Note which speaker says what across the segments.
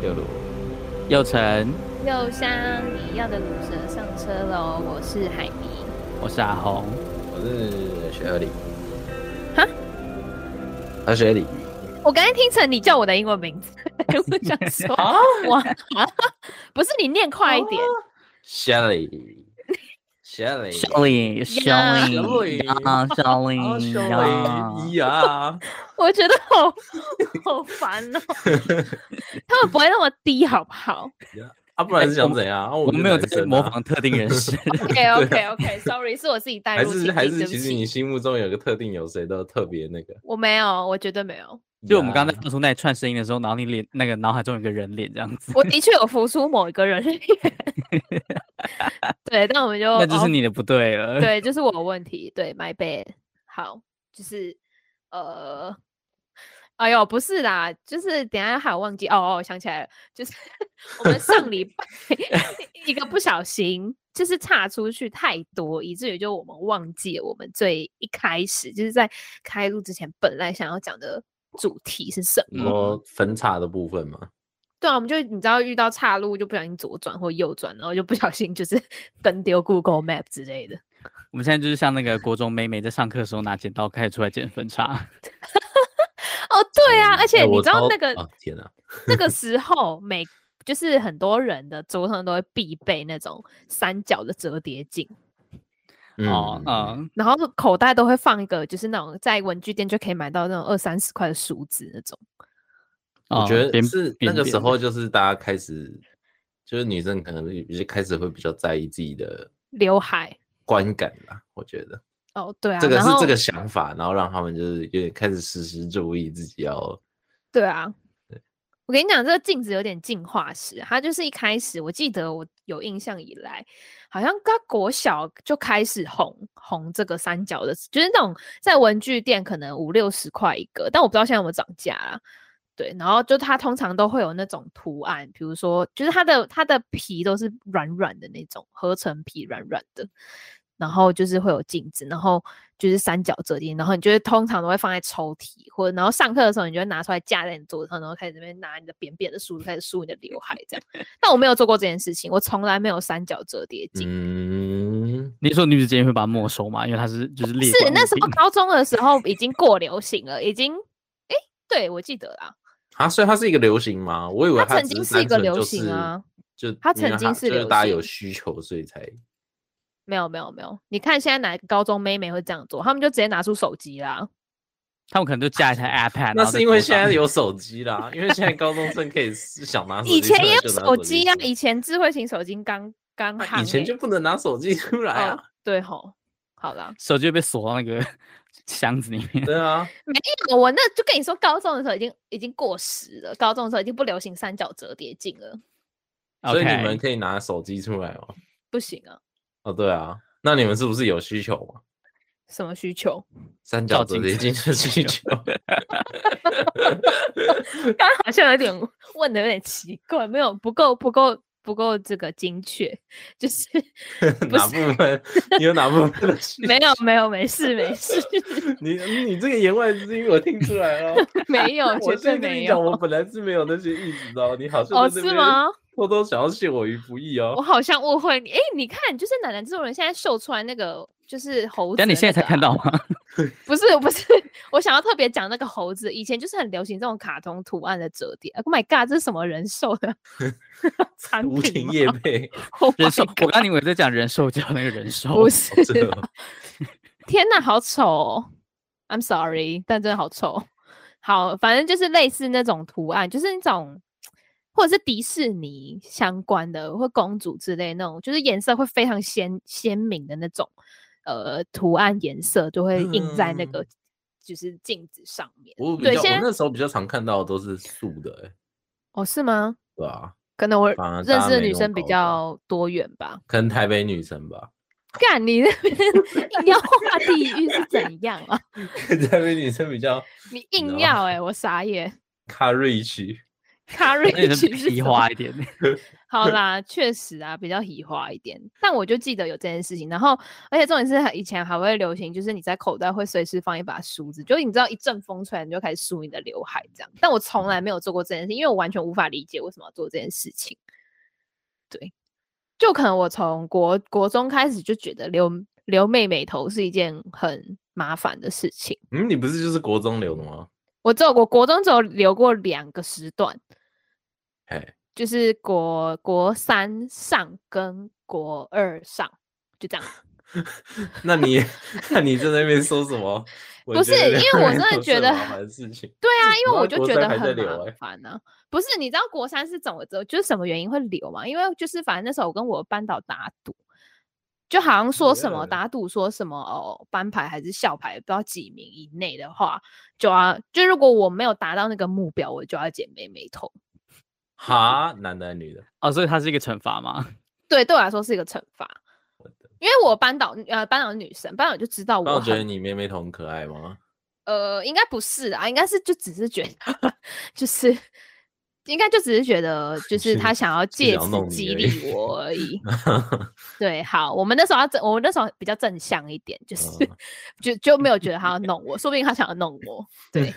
Speaker 1: 六路。佑成，
Speaker 2: 又像你要的乳蛇上车喽！我是海迷，
Speaker 1: 我是阿红。
Speaker 3: 我是雪河里。
Speaker 2: 哈？
Speaker 1: 啊
Speaker 3: 我是雪里。
Speaker 2: 我刚才听成你叫我的英文名字， 我想说，
Speaker 3: 啊
Speaker 2: 哇，不是你念快一点，
Speaker 3: Shelly。Shelly。
Speaker 1: Shelly，
Speaker 3: Shelly，
Speaker 1: 啊
Speaker 3: 啊
Speaker 1: ，Shelly，
Speaker 3: ，Shelly，呀，
Speaker 2: 我觉得好好烦 哦。他们不会那么低，好不好
Speaker 3: 啊，不然是想怎样？啊
Speaker 1: 哎我
Speaker 3: 们
Speaker 1: 们没有
Speaker 3: 就男
Speaker 1: 在
Speaker 3: 生啊
Speaker 1: 模仿特定 人士。
Speaker 2: ？OK OK OK，Sorry，是我自己带
Speaker 3: 还
Speaker 2: 入情
Speaker 3: 是
Speaker 2: 境，
Speaker 3: 还
Speaker 2: 对
Speaker 3: 是，
Speaker 2: 不
Speaker 3: 其实你
Speaker 2: 起，
Speaker 3: 心目中有个特定有谁都特别那个，
Speaker 2: 我没有，我绝对没有，
Speaker 1: 就我们刚才
Speaker 3: 呀
Speaker 1: 放出那一串声音的时候，然后你脸那个脑海中有个人脸这样子，
Speaker 2: 我的确有浮出某一个人， 对，但我们就
Speaker 1: 那就
Speaker 2: 哦
Speaker 1: 是你的不对了。
Speaker 2: 对，就是我的问题。对，my bad。好，就是呃，哎呦，不是啦，就是等一下还有忘记哦哦，想起来了，就是 我们 上礼拜一个不小心，就是岔出去太多，以至于就我们忘记了我们最一开始就是在开录之前本来想要讲的主题是什
Speaker 3: 你
Speaker 2: 么。
Speaker 3: 说啊分叉的部分嘛，
Speaker 2: 对啊，我们就你知道遇到岔路就不小心左转或右转，然后就不小心就是 跟丢 Google Map 之类的。
Speaker 1: 我们现在就是像那个国中妹妹在上课的时候拿剪刀开始出来剪分叉。
Speaker 2: 哦，对啊，而且
Speaker 3: 哎
Speaker 2: 你
Speaker 3: 我
Speaker 2: 知道
Speaker 3: 超
Speaker 2: 那个、
Speaker 3: 啊天哪，
Speaker 2: 那个时候每就是很多人的桌上都会必备那种三角的折叠镜，
Speaker 1: 哦，
Speaker 3: 嗯，
Speaker 1: 嗯，
Speaker 2: 然后口袋都会放一个就是那种在文具店就可以买到那种二三十块的梳子那种。
Speaker 3: 我
Speaker 1: 哦
Speaker 3: 觉得
Speaker 1: 边
Speaker 3: 是那
Speaker 1: 边
Speaker 3: 个
Speaker 1: 边
Speaker 3: 时候就是大家开始，就是女生可能也开始会比较在意自己的
Speaker 2: 刘海
Speaker 3: 观感啦，我觉得
Speaker 2: 哦，对啊，
Speaker 3: 这个
Speaker 2: 然
Speaker 3: 是
Speaker 2: 后
Speaker 3: 这个想法，然后让他们就是有点开始时时注意自己要
Speaker 2: 对啊，我跟你讲，这个镜子有点进化史，它就是一开始我记得我有印象以来，好像刚国小就开始红红这个三角的，就是那种在文具店可能五六十块一个，但我不知道现在有没有涨价啊啦。对，然后就它通常都会有那种图案，比如说就是它的它的皮都是软软的那种合成皮，软软的，然后就是会有镜子，然后就是三角折叠，然后你就是通常都会放在抽屉，或者然后上课的时候你就会拿出来架在你桌子上，然后开始这边拿你的扁扁的梳子开始梳你的刘海这样。但我没有做过这件事情，我从来没有三角折叠镜。
Speaker 3: 嗯，
Speaker 1: 你说女子监狱会把它没收吗？因为它是就是列
Speaker 2: 是
Speaker 1: 管
Speaker 2: 那
Speaker 1: 物
Speaker 2: 时候
Speaker 1: 品
Speaker 2: 高中的时候已经过流行了，已经诶，对我记得啦，
Speaker 3: 啊，所以它是一个流行吗？我以为
Speaker 2: 它曾
Speaker 3: 只
Speaker 2: 经
Speaker 3: 是
Speaker 2: 是一
Speaker 3: 单
Speaker 2: 个
Speaker 3: 纯
Speaker 2: 流
Speaker 3: 就
Speaker 2: 行
Speaker 3: 是
Speaker 2: 啊，
Speaker 3: 就
Speaker 2: 它
Speaker 3: 因为
Speaker 2: 曾经是
Speaker 3: 就是
Speaker 2: 流
Speaker 3: 大家有
Speaker 2: 行
Speaker 3: 需求，所以才
Speaker 2: 没有没有没有，你看现在哪个高中妹妹会这样做？他们就直接拿出手机啦。
Speaker 1: 他们可能就加一台 iPad，
Speaker 3: 那
Speaker 1: 然后
Speaker 3: 是
Speaker 1: 在
Speaker 3: 因为
Speaker 1: 桌
Speaker 3: 现在
Speaker 1: 上
Speaker 3: 有手机啦，因为现在高中生可以是想拿手
Speaker 2: 以
Speaker 3: 机出来
Speaker 2: 前也有
Speaker 3: 就拿
Speaker 2: 手机呀、
Speaker 3: 出来
Speaker 2: 以前智慧型手机刚刚
Speaker 3: 啊
Speaker 2: 夯
Speaker 3: 以前
Speaker 2: 欸
Speaker 3: 就不能拿手机出来
Speaker 2: 哦
Speaker 3: 啊，，
Speaker 2: 对吼，好啦，
Speaker 1: 手机会被锁到那个 箱子里面。
Speaker 3: 对啊，
Speaker 2: 没有我那就跟你说，高中的时候已经已经过时了，高中的时候已经不流行三角折叠镜了，
Speaker 3: 所以你们
Speaker 1: OK，
Speaker 3: 可以拿手机出来哦。
Speaker 2: 不行啊，
Speaker 3: 哦，对啊，那你们是不是有需求嘛？
Speaker 2: 什么需求？
Speaker 3: 三角
Speaker 1: 照
Speaker 3: 折
Speaker 1: 镜
Speaker 3: 叠
Speaker 1: 子
Speaker 3: 镜的需求，
Speaker 2: 刚刚好像有点问的有点奇怪，没有不够不够不够这个精确，就是 不
Speaker 3: 哪
Speaker 2: 是
Speaker 3: 部分？你有哪部分的需？
Speaker 2: 没有没有没事没事
Speaker 3: 你你这个言外之意我听出来 了。
Speaker 2: 没有
Speaker 3: 我
Speaker 2: 绝对
Speaker 3: 先跟
Speaker 2: 没
Speaker 3: 你讲，
Speaker 2: 有
Speaker 3: 我本来是没有那些意思的哦，你好像
Speaker 2: 哦
Speaker 3: 在这
Speaker 2: 是
Speaker 3: 边
Speaker 2: 吗？
Speaker 3: 偷偷想要陷我于不义
Speaker 2: 我
Speaker 3: 哦。
Speaker 2: 好像误会你，哎、你看就是奶奶这种人现在秀出来那个就是猴子、
Speaker 1: 但你现在才看到，吗？
Speaker 2: 啊不是不是， 我想要特别讲那个猴子，以前就是很流行这种卡通图案的折叠。Oh my god，这是什么人兽 的 产
Speaker 3: 无
Speaker 2: 品
Speaker 3: 情
Speaker 2: 吗？
Speaker 3: 夜 配，
Speaker 2: Oh
Speaker 1: 人
Speaker 2: my
Speaker 1: 兽，我
Speaker 2: god，
Speaker 1: 刚以为在讲人兽交那个人兽
Speaker 2: 不，是
Speaker 3: 哦这
Speaker 2: 啊，天哪，好丑、哦、！I'm sorry，但真的好丑。好，反正就是类似那种图案，就是那种或者是迪士尼相关的，或公主之类那种，就是颜色会非常鲜鲜明的那种，呃，图案颜色就会印在那个、
Speaker 3: 嗯
Speaker 2: 就是镜子上面。
Speaker 3: 我比
Speaker 2: 对
Speaker 3: 较，我
Speaker 2: 现在
Speaker 3: 那时候比较常看到的都是素的、欸，
Speaker 2: 哦，是吗？
Speaker 3: 对啊吧、
Speaker 2: 可能我
Speaker 3: 反而大家
Speaker 2: 认识的
Speaker 3: 没那
Speaker 2: 女
Speaker 3: 么
Speaker 2: 生比
Speaker 3: 高调
Speaker 2: 较多元吧。
Speaker 3: 可能台北女生 吧，
Speaker 2: 干你那 边硬要画地狱是怎样啊？
Speaker 3: 台北女生比较
Speaker 2: 你
Speaker 3: 知
Speaker 2: 硬欸
Speaker 3: 道
Speaker 2: 要哎、我傻眼。
Speaker 3: 卡瑞奇，
Speaker 1: 那你
Speaker 2: courage
Speaker 1: 是
Speaker 2: 是
Speaker 1: 皮
Speaker 2: 什
Speaker 1: 花
Speaker 2: 么？
Speaker 1: 一点。
Speaker 2: 好啦，确实啊，比较移花一点。但我就记得有这件事情，然后而且重点是还以前还会流行，就是你在口袋会随时放一把梳子，就是你知道一阵风吹来，你就开始梳你的刘海这样。但我从来没有做过这件事，因为我完全无法理解为什么要做这件事情。对，就可能我从国国中开始就觉得留留妹妹头是一件很麻烦的事情。
Speaker 3: 嗯，你不是就是国中留的吗？
Speaker 2: 我只有我国中只有留过两个时段，
Speaker 3: 哎，
Speaker 2: 就是国国三上跟国二上，就这样。
Speaker 3: 那你那你在那边说什么？我
Speaker 2: 不是
Speaker 3: 觉得
Speaker 2: 因为我真的
Speaker 3: 留头
Speaker 2: 觉
Speaker 3: 是
Speaker 2: 得
Speaker 3: 麻烦的事情。
Speaker 2: 对 啊，因为
Speaker 3: 哇
Speaker 2: 我就
Speaker 3: 国
Speaker 2: 觉
Speaker 3: 三
Speaker 2: 得
Speaker 3: 还在
Speaker 2: 很
Speaker 3: 留
Speaker 2: 麻
Speaker 3: 欸
Speaker 2: 烦啊。不是，你知道国三是怎么着？就是什么原因会留嘛？因为就是反正那时候我跟我班导打赌，就好像说什么
Speaker 3: Yeah
Speaker 2: 打赌说什么哦，班牌还是校牌，不知道几名以内的话，就要就如果我没有达到那个目标，我就要剪妹妹头。
Speaker 3: 哈，男的还是女的？
Speaker 1: 哦，所以它是一个惩罚吗？
Speaker 2: 对，对我来说是一个惩罚
Speaker 3: 我的。
Speaker 2: 因为我班导呃班导是女生，班导就知道
Speaker 3: 那
Speaker 2: 我
Speaker 3: 我觉得
Speaker 2: 很
Speaker 3: 你妹妹头很可爱吗？
Speaker 2: 呃，应该不是啊，应该是就只是觉 得，就是应该就只是觉得，就是
Speaker 3: 是
Speaker 2: 他想要借
Speaker 3: 想要
Speaker 2: 此
Speaker 3: 弄你
Speaker 2: 激
Speaker 3: 而
Speaker 2: 励
Speaker 3: 已
Speaker 2: 我 而已。对，好，我们那时候要正，我们那时候比较正向一点，就是、 就就没有觉得他要弄我，说不定他想要弄我。对，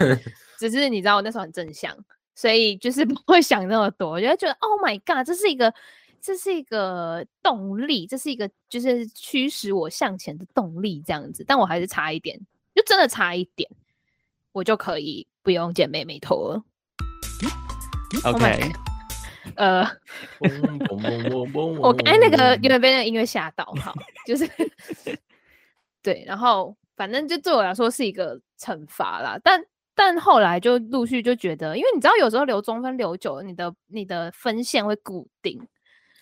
Speaker 2: 只是你知道我那时候很正向，所以就是不会想那么多，就会觉得 Oh my God，这是一个。这是一个动力，这是一个就是驱使我向前的动力，这样子。但我还是差一点，就真的差一点，我就可以不用剪妹妹头了。my？Oh
Speaker 1: OK，
Speaker 2: 呃， 我
Speaker 3: 我
Speaker 2: 哎、那个有点被那个音乐吓到，好，就是 对，然后反正就对我来说是一个惩罚啦，但但后来就陆续就觉得，因为你知道有时候留中分留久了，你的你的分线会固定，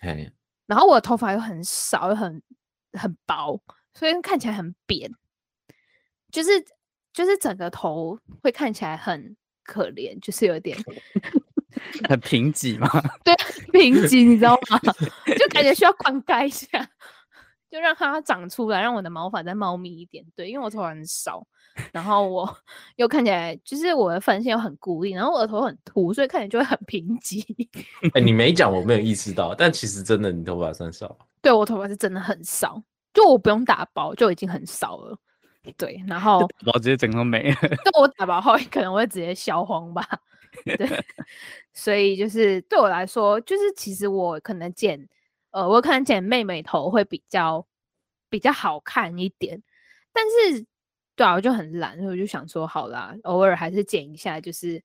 Speaker 3: 哎，
Speaker 2: 然后我的头发又很少，又很很薄，所以看起来很扁，就是就是整个头会看起来很可怜，就是有点
Speaker 1: 很贫瘠嘛。
Speaker 2: 贫瘠，你知道吗？ 就感觉需要灌溉一下， 就让它长出来，让我的毛发再茂密一点。对，因为我头发很少，然后我 又看起来就是我的分线又很固定，然后我的头很秃，所以看起来就会很贫瘠。
Speaker 3: 哎，你没讲，我没有意识到，但其实真的，你头发算少。
Speaker 2: 对我头发是真的很少，就我不用打包就已经很少了。对，然后
Speaker 1: 我直接整个没了。
Speaker 2: 对我打包后可能会直接消荒吧。对，所以就是对我来说，就是其实我可能剪，呃，我可能剪妹妹头会比较比较好看一点，但是对啊，我就很懒，所以我就想说，好啦，偶尔还是剪一下，就是。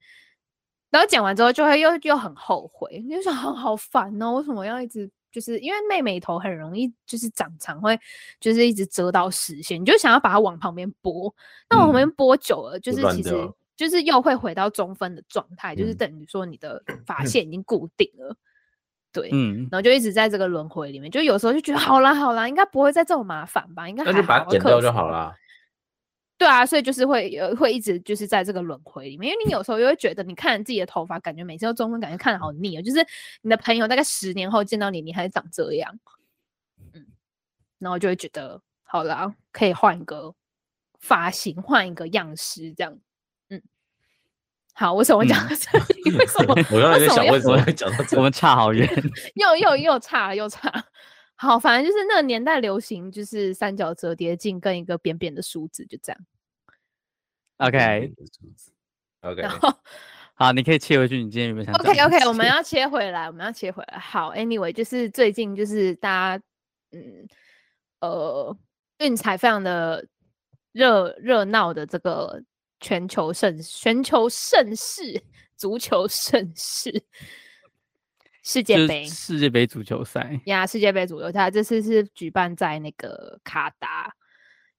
Speaker 2: 然后剪完之后就会又又很后悔，你就想好好烦哦，为什么要一直就是因为妹妹头很容易就是长长会就是一直遮到视线，你就想要把它往旁边拨，那往
Speaker 3: 嗯
Speaker 2: 旁边拨久了，就
Speaker 3: 就是乱
Speaker 2: 其实
Speaker 3: 掉
Speaker 2: 就是又会回到中分的状态，就是
Speaker 3: 哦嗯
Speaker 2: 等于说你 的发线已经固定了，对，
Speaker 1: 嗯，
Speaker 2: 然后就一直在这个轮回里面，就有时候就觉得好啦好啦，应该不会再这么麻烦吧，应该
Speaker 3: 那
Speaker 2: 还
Speaker 3: 就把
Speaker 2: 好
Speaker 3: 它
Speaker 2: 啊
Speaker 3: 剪
Speaker 2: 克
Speaker 3: 掉就
Speaker 2: 服
Speaker 3: 好
Speaker 2: 吧
Speaker 3: 啦。
Speaker 2: 对啊，所以就是会呃会一直就是在这个轮回里面，因为你有时候又会觉得你看着自己的头发，感觉每次都中分，感觉看着好腻哦。就是你的朋友大概十年后见到你，你还长这样，嗯，然后就会觉得好啦，可以换一个发型，换一个样式这样。嗯，好，为什么我讲
Speaker 1: 嗯
Speaker 2: 到这里？为 什么
Speaker 3: 我刚才
Speaker 2: 为
Speaker 3: 在
Speaker 2: 什么
Speaker 3: 想，
Speaker 2: 要
Speaker 3: 为什么会讲 到这
Speaker 1: 我？们差好远。
Speaker 2: 又又又差了又差了？好，反正就是那个年代流行，就是三角折叠镜跟一个扁扁的梳子，就这样。
Speaker 1: OK，
Speaker 3: OK，
Speaker 2: 然后
Speaker 1: 好，你可以切回去。你今天有没有想
Speaker 2: OK
Speaker 1: 讲的
Speaker 2: OK，我们
Speaker 1: 事
Speaker 2: 要切回来，我们要切回来。好，Anyway，就是最近就是大家嗯呃运彩非常的热热闹的这个全球盛全球盛世足球盛世世界
Speaker 1: 就
Speaker 2: 杯
Speaker 1: 是世界杯足球赛。
Speaker 2: 呀，世界杯足球赛这次是举办在那个卡达。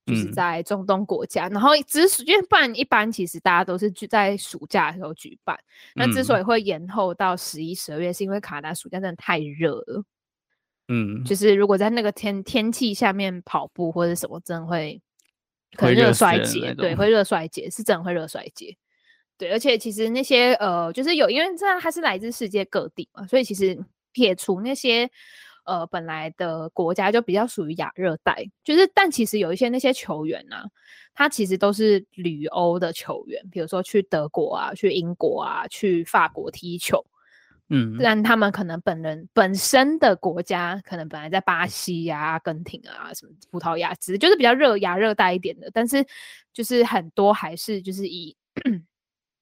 Speaker 2: 就是
Speaker 1: 嗯
Speaker 2: 在中东国家，然后只是因为不然一般其实大家都是举在暑假的时候举办，那之所以会延后到十一、十二月，是因为卡达暑假真的太热了。
Speaker 1: 嗯，嗯
Speaker 2: 就是如果在那个天天气下面跑步或者什么，真的会可
Speaker 1: 会
Speaker 2: 能
Speaker 1: 热
Speaker 2: 热
Speaker 1: 死
Speaker 2: 衰
Speaker 1: 人的
Speaker 2: 竭，
Speaker 1: 那
Speaker 2: 对，
Speaker 1: 种
Speaker 2: 会热衰竭，是真的会热衰竭。对，而且其实那些呃，就是有因为这样它是来自世界各地嘛，所以其实撇除那些呃本来的国家就比较属于亚热带，就是但其实有一些那些球员啊，他其实都是旅欧的球员，比如说去德国啊、去英国啊、去法国踢球，
Speaker 1: 嗯，
Speaker 2: 但他们可能本人本身的国家，可能本来在巴西呀、阿根廷啊、什么葡萄牙，只是就是比较热亚热带一点的，但是就是很多还是就是以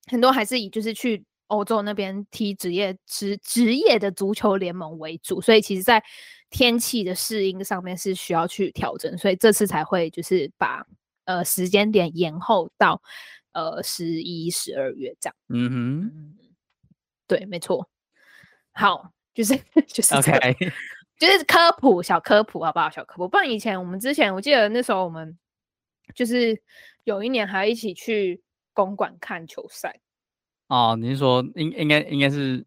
Speaker 2: 很多还是以就是去欧洲那边踢职业职职业的足球联盟为主，所以其实在天气的适应上面是需要去调整，所以这次才会就是把呃时间点延后到呃十一、十二月这样。
Speaker 1: 嗯
Speaker 2: 嗯，对，没错。好，就是 就是
Speaker 1: 哼
Speaker 2: 这个
Speaker 1: ，OK，
Speaker 2: 就是科普小科普好不好？小科普，不然以前我们之前我记得那时候我们就是有一年还一起去公馆看球赛。
Speaker 1: 哦，你是说应应该应该是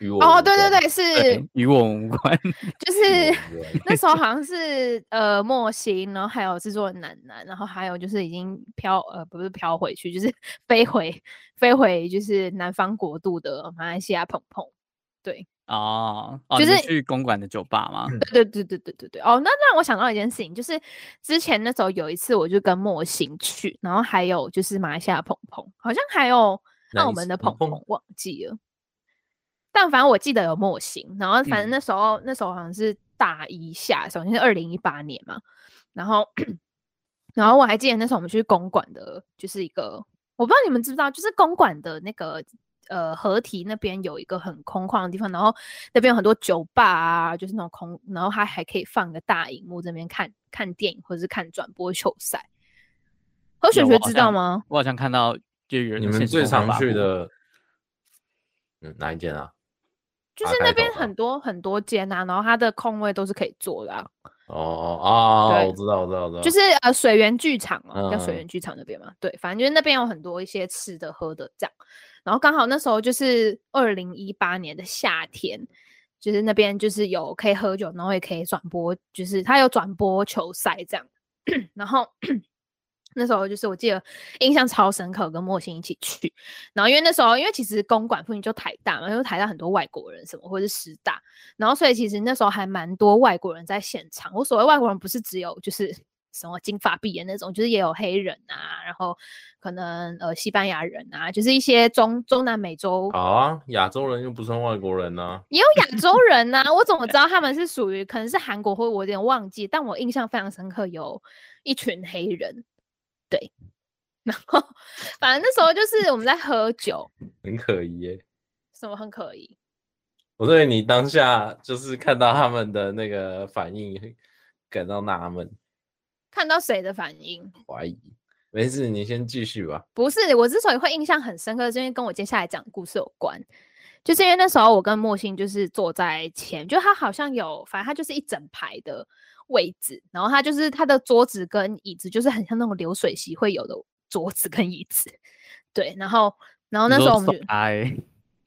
Speaker 3: 与我
Speaker 2: 哦，
Speaker 3: 无
Speaker 2: 对对
Speaker 3: 关
Speaker 2: 对，是
Speaker 1: 对与我们无关，
Speaker 2: 就
Speaker 3: 与
Speaker 2: 是
Speaker 3: 我无关
Speaker 2: 那时候好像是呃莫欣，然后还有制作人楠楠，然后还有就是已经飘呃不是飘回去，就是 飞回飞回就是南方国度的马来西亚鹏鹏。
Speaker 1: 哦，哦，
Speaker 2: 就
Speaker 1: 你
Speaker 2: 是
Speaker 1: 去公馆的酒吧吗？
Speaker 3: 嗯
Speaker 2: 对对对对对对，哦，那让我想到一件事情，就是之前那时候有一次，我就跟莫行去，然后还有就是马来西亚的鹏鹏，好像还有
Speaker 3: 哪
Speaker 2: 澳
Speaker 3: 一
Speaker 2: 门
Speaker 3: 次
Speaker 2: 的
Speaker 3: 鹏
Speaker 2: 鹏
Speaker 3: 鹏
Speaker 2: 鹏，忘记了。但反正我记得有莫行，然后反正
Speaker 1: 嗯
Speaker 2: 那时候、那时候好像是大一下，首先是二零一八年嘛，然后 然后我还记得那时候我们去公馆的，就是一个我不知道你们知不知道，就是公馆的那个呃合体那边有一个很空旷的地方，然后那边有很多酒吧啊，就是那种空，然后它还可以放个大荧幕这边看看电影或者是看转播球赛。何雪
Speaker 1: 有
Speaker 2: 雪
Speaker 1: 我好
Speaker 2: 知道
Speaker 1: 像
Speaker 2: 吗？
Speaker 1: 我好像看到就有 人
Speaker 3: 你
Speaker 1: 在
Speaker 3: 们
Speaker 1: 现实
Speaker 3: 最
Speaker 1: 动态
Speaker 3: 常
Speaker 1: 发
Speaker 3: 去
Speaker 1: 布，
Speaker 3: 的，嗯，哪一间啊？
Speaker 2: 就是
Speaker 3: 打
Speaker 2: 那
Speaker 3: 开
Speaker 2: 边
Speaker 3: 头吧
Speaker 2: 很多很多间啊，然后它的空位都是可以坐的、啊，
Speaker 3: 哦哦哦，
Speaker 2: 对
Speaker 3: 我知道，我知道，我知道，
Speaker 2: 就是呃水源剧场哦，叫水
Speaker 3: 嗯
Speaker 2: 源剧场那边嘛，对，反正就是那边有很多一些吃的喝的这样。然后刚好那时候就是二零一八年的夏天，就是那边就是有可以喝酒，然后也可以转播，就是他有转播球赛这样。然后 那时候就是我记得印象超深刻，跟莫欣一起去。然后因为那时候因为其实公馆附近就台大嘛，因为台大很多外国人什么或者是师大，然后所以其实那时候还蛮多外国人在现场。我所谓外国人不是只有就是 什么金发碧眼那种，就是也有黑人啊，然后可能呃西班牙人啊，就是一些中中南美洲。
Speaker 3: 好啊，亚洲人又不算外国人啊呐、
Speaker 2: 也有亚洲人呐、我怎么知道他们是属于可能是韩国，或我有点忘记，但我印象非常深刻，有一群黑人，对，然后反正那时候就是我们在喝酒，
Speaker 3: 很可疑耶。
Speaker 2: 什么很可疑，
Speaker 3: 我对你当下就是看到他们的那个反应感到纳闷、
Speaker 2: 看到谁的反应，
Speaker 3: 怀疑。没事，你先继续吧。
Speaker 2: 不是，我之所以会印象很深刻，是因为跟我接下来讲的故事有关。就是因为那时候我跟莫欣就是坐在前，就他好像有，反正他就是一整排的位置，然后他就是他的桌子跟椅子，就是很像那种流水席会有的桌子跟椅子。对，然后然后哦那
Speaker 1: 你
Speaker 2: 时
Speaker 1: 说
Speaker 2: 候我们
Speaker 1: 手
Speaker 2: 就
Speaker 1: 哎，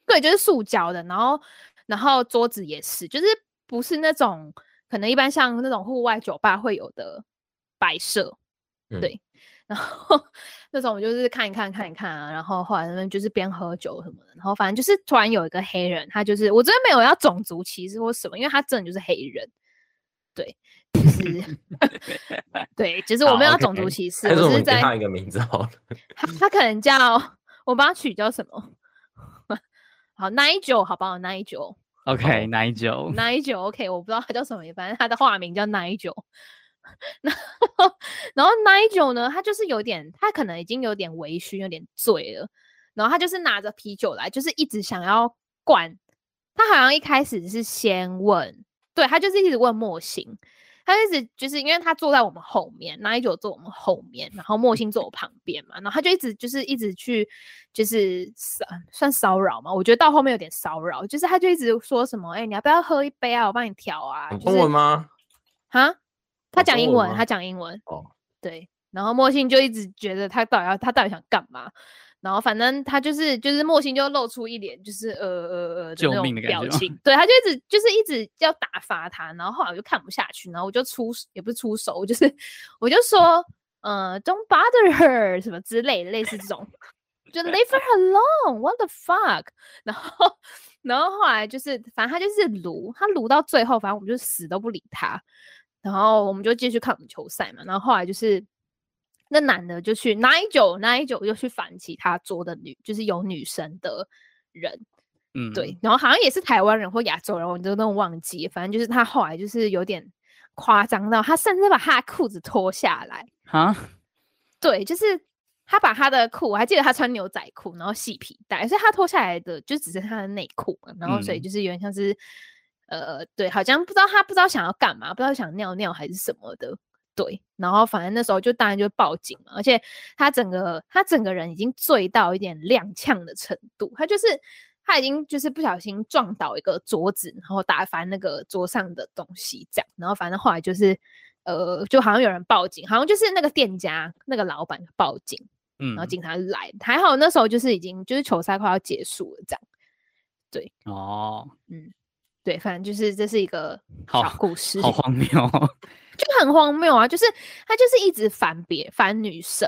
Speaker 2: 对，就是塑胶的，然后然后桌子也是，就是不是那种可能一般像那种户外酒吧会有的摆设，
Speaker 3: 嗯
Speaker 2: 对。然后那种就是看一看看一看啊，然后后来那边就是边喝酒什么的，然后反正就是突然有一个黑人，他就是我这边没有要种族歧视或什么，因为他真的就是黑人，对，就是 对，其实我没有
Speaker 1: 好
Speaker 2: 要种族
Speaker 1: ，OK
Speaker 2: 歧视，
Speaker 3: 还是我
Speaker 2: 我只
Speaker 3: 们
Speaker 2: 是
Speaker 3: 给
Speaker 2: 在
Speaker 3: 他一个名字好了。
Speaker 2: 他他可能叫我帮他取叫什么？ 好，Nigel 好不好？Nigel 哦
Speaker 1: OK，奶酒，
Speaker 2: Nigel OK，我不知道他叫什么，反正他的化名叫 Nigel。然后然后 Nigel 呢，他就是有点，他可能已经有点微醺，有点醉了，然后他就是拿着啤酒来，就是一直想要灌。他好像一开始是先问，对他就是一直问莫欣，他一直就是因为他坐在我们后面，那一九坐我们后面，然后莫欣坐我旁边嘛，然后他就一直就是一直去就是骚算骚扰嘛，我觉得到后面有点骚扰，就是他就一直说什么，哎、你要不要喝一杯啊？我帮你调啊，
Speaker 3: 讲
Speaker 2: 就
Speaker 3: 中文
Speaker 2: 是
Speaker 3: 吗？
Speaker 2: 啊，他
Speaker 1: 哦
Speaker 3: 讲
Speaker 2: 讲
Speaker 3: 中
Speaker 2: 英
Speaker 3: 文
Speaker 2: 文，
Speaker 3: 吗
Speaker 2: 他讲英文，
Speaker 3: 哦，
Speaker 2: 对，然后莫欣就一直觉得他到底要他到底想干嘛，然后反正他就是就是莫欣就露出一脸就是呃呃呃的
Speaker 1: 救
Speaker 2: 那种
Speaker 1: 命的感
Speaker 2: 表
Speaker 1: 觉吗
Speaker 2: 情，对，他就一直就是一直要打发他，然后后来我就看不下去，然后我就出也不是出手，我就是我就说呃 don't bother her 什么之类的，类似这种，就 leave her alone，what the fuck，然 后。然后后来就是，反正他就是撸，他撸到最后，反正我们就死都不理他。然后我们就继续看我们球赛嘛。然后后来就是那男的就去 Nigel Nigel 又去反击他桌的女，就是有女生的人。
Speaker 1: 嗯，
Speaker 2: 对，，然后好像也是台湾人或亚洲人，我都弄忘记了，反正就是他后来就是有点夸张到，他甚至把他的裤子脱下来，
Speaker 1: 哈，
Speaker 2: 对，就是他把他的裤，我还记得他穿牛仔裤，然后系皮带，所以他脱下来的就只剩他的内裤嘛，然后所以
Speaker 1: 嗯
Speaker 2: 就是有点像是，呃，对，好像不知道他不知道想要干嘛，不知道想尿尿还是什么的。对，然后反正那时候就当然就报警嘛，而且他整个他整个人已经醉到一点踉跄的程度，他就是他已经就是不小心撞倒一个桌子，然后打翻那个桌上的东西这样，然后反正后来就是呃，就好像有人报警，好像就是那个店家那个老板报警，
Speaker 1: 嗯，
Speaker 2: 然后警察就来，还好那时候就是已经就是球赛快要结束了这样，
Speaker 1: 哦，
Speaker 2: 对，反正就是这是一个
Speaker 1: 好
Speaker 2: 小故事，
Speaker 1: 好荒谬哦，
Speaker 2: 就很荒谬啊！就是他就是一直烦别烦女生，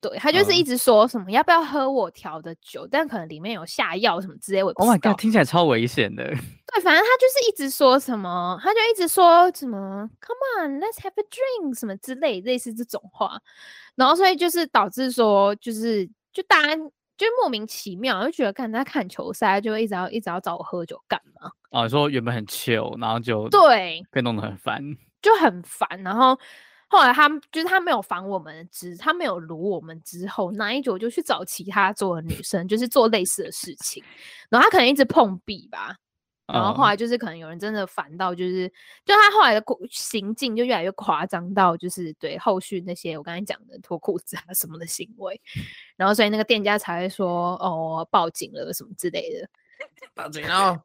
Speaker 2: 对他
Speaker 1: 嗯
Speaker 2: 就是一直说什么、要不要喝我调的酒，但可能里面有下药什么之类，我也不
Speaker 1: Oh my
Speaker 2: 知道。
Speaker 1: god，听起来超危险的。
Speaker 2: 对，反正他就是一直说什么，他就一直说什么 “Come on, let's have a drink” 什么之类，类似这种话。然后所以就是导致说，就是就大家就莫名其妙就觉得，看他看球赛就一直要一直要找我喝酒干嘛？
Speaker 1: 哦，你说原本很 chill，然后就
Speaker 2: 对，
Speaker 1: 被弄得很烦。
Speaker 2: 就很烦。然后后来他们就是他没有防我们之，他没有撸我们之后，那一组就去找其他桌的女生，就是做类似的事情。然后他可能一直碰壁吧，然后后
Speaker 1: 嗯
Speaker 2: 来就是可能有人真的烦到，就是就他后来的过行径就越来越夸张到，就是对后续那些我刚才讲的脱裤子啊什么的行为，然后所以那个店家才会说哦报警了什么之类的，
Speaker 3: 报警啊！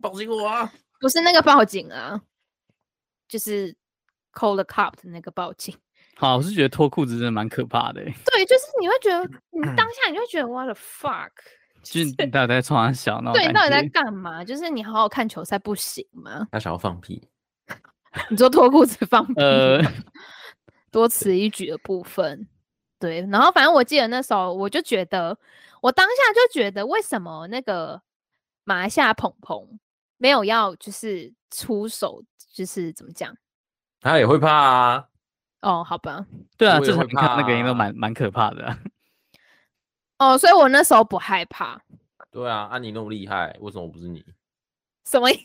Speaker 3: 报警我啊！
Speaker 2: 不是那个报警啊，就是 call the cop 的那个报警。
Speaker 1: 好，我是觉得脱裤子真的蛮可怕的欸，
Speaker 2: 对，就是你会觉得你当下你会觉得 what the fuck，
Speaker 1: 就是你到底在床上小那种
Speaker 2: 对，你到底
Speaker 1: 感
Speaker 2: 在
Speaker 1: 觉
Speaker 2: 干嘛？就是你好好看球赛不行吗？
Speaker 3: 他想要放屁，
Speaker 2: 你说脱裤子放屁
Speaker 1: 呃，
Speaker 2: 多此一举的部分。对，然后反正我记得那时候我就觉得，我当下就觉得为什么那个马来西亚鹏鹏没有要就是出手，就是怎么讲？
Speaker 3: 他也会怕啊。
Speaker 2: 哦，好吧，
Speaker 1: 对啊，
Speaker 3: 我也
Speaker 1: 至少
Speaker 3: 会
Speaker 1: 你看到那个音都
Speaker 3: 怕
Speaker 1: 蛮蛮可怕的啊。
Speaker 2: 哦，所以我那时候不害怕，
Speaker 3: 对啊，啊你那么厉害，为什么不是你？
Speaker 2: 什么意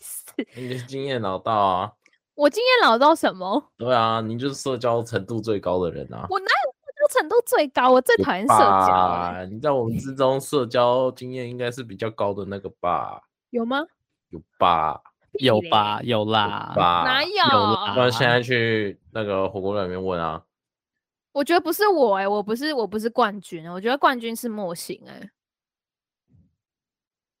Speaker 2: 思？
Speaker 3: 你就是经验老道啊。
Speaker 2: 我经验老到什么？
Speaker 3: 对啊，你就是社交程度最高的人啊。
Speaker 2: 我哪有社交程度最高？我最讨厌社交欸了、
Speaker 3: 吧你在我们之中社交经验应该是比较高的那个吧？
Speaker 2: 有吗？
Speaker 3: 有吧？
Speaker 2: 屁
Speaker 1: 有
Speaker 2: 嘞？
Speaker 1: 吧？有
Speaker 3: 有
Speaker 1: 啦，
Speaker 3: 吧？
Speaker 2: 啊哪有？
Speaker 1: 啦
Speaker 3: 不然现在去那个火锅店里面问啊，
Speaker 2: 我觉得不是我哎、我不是我不是冠军，欸我觉得冠军是莫行哎、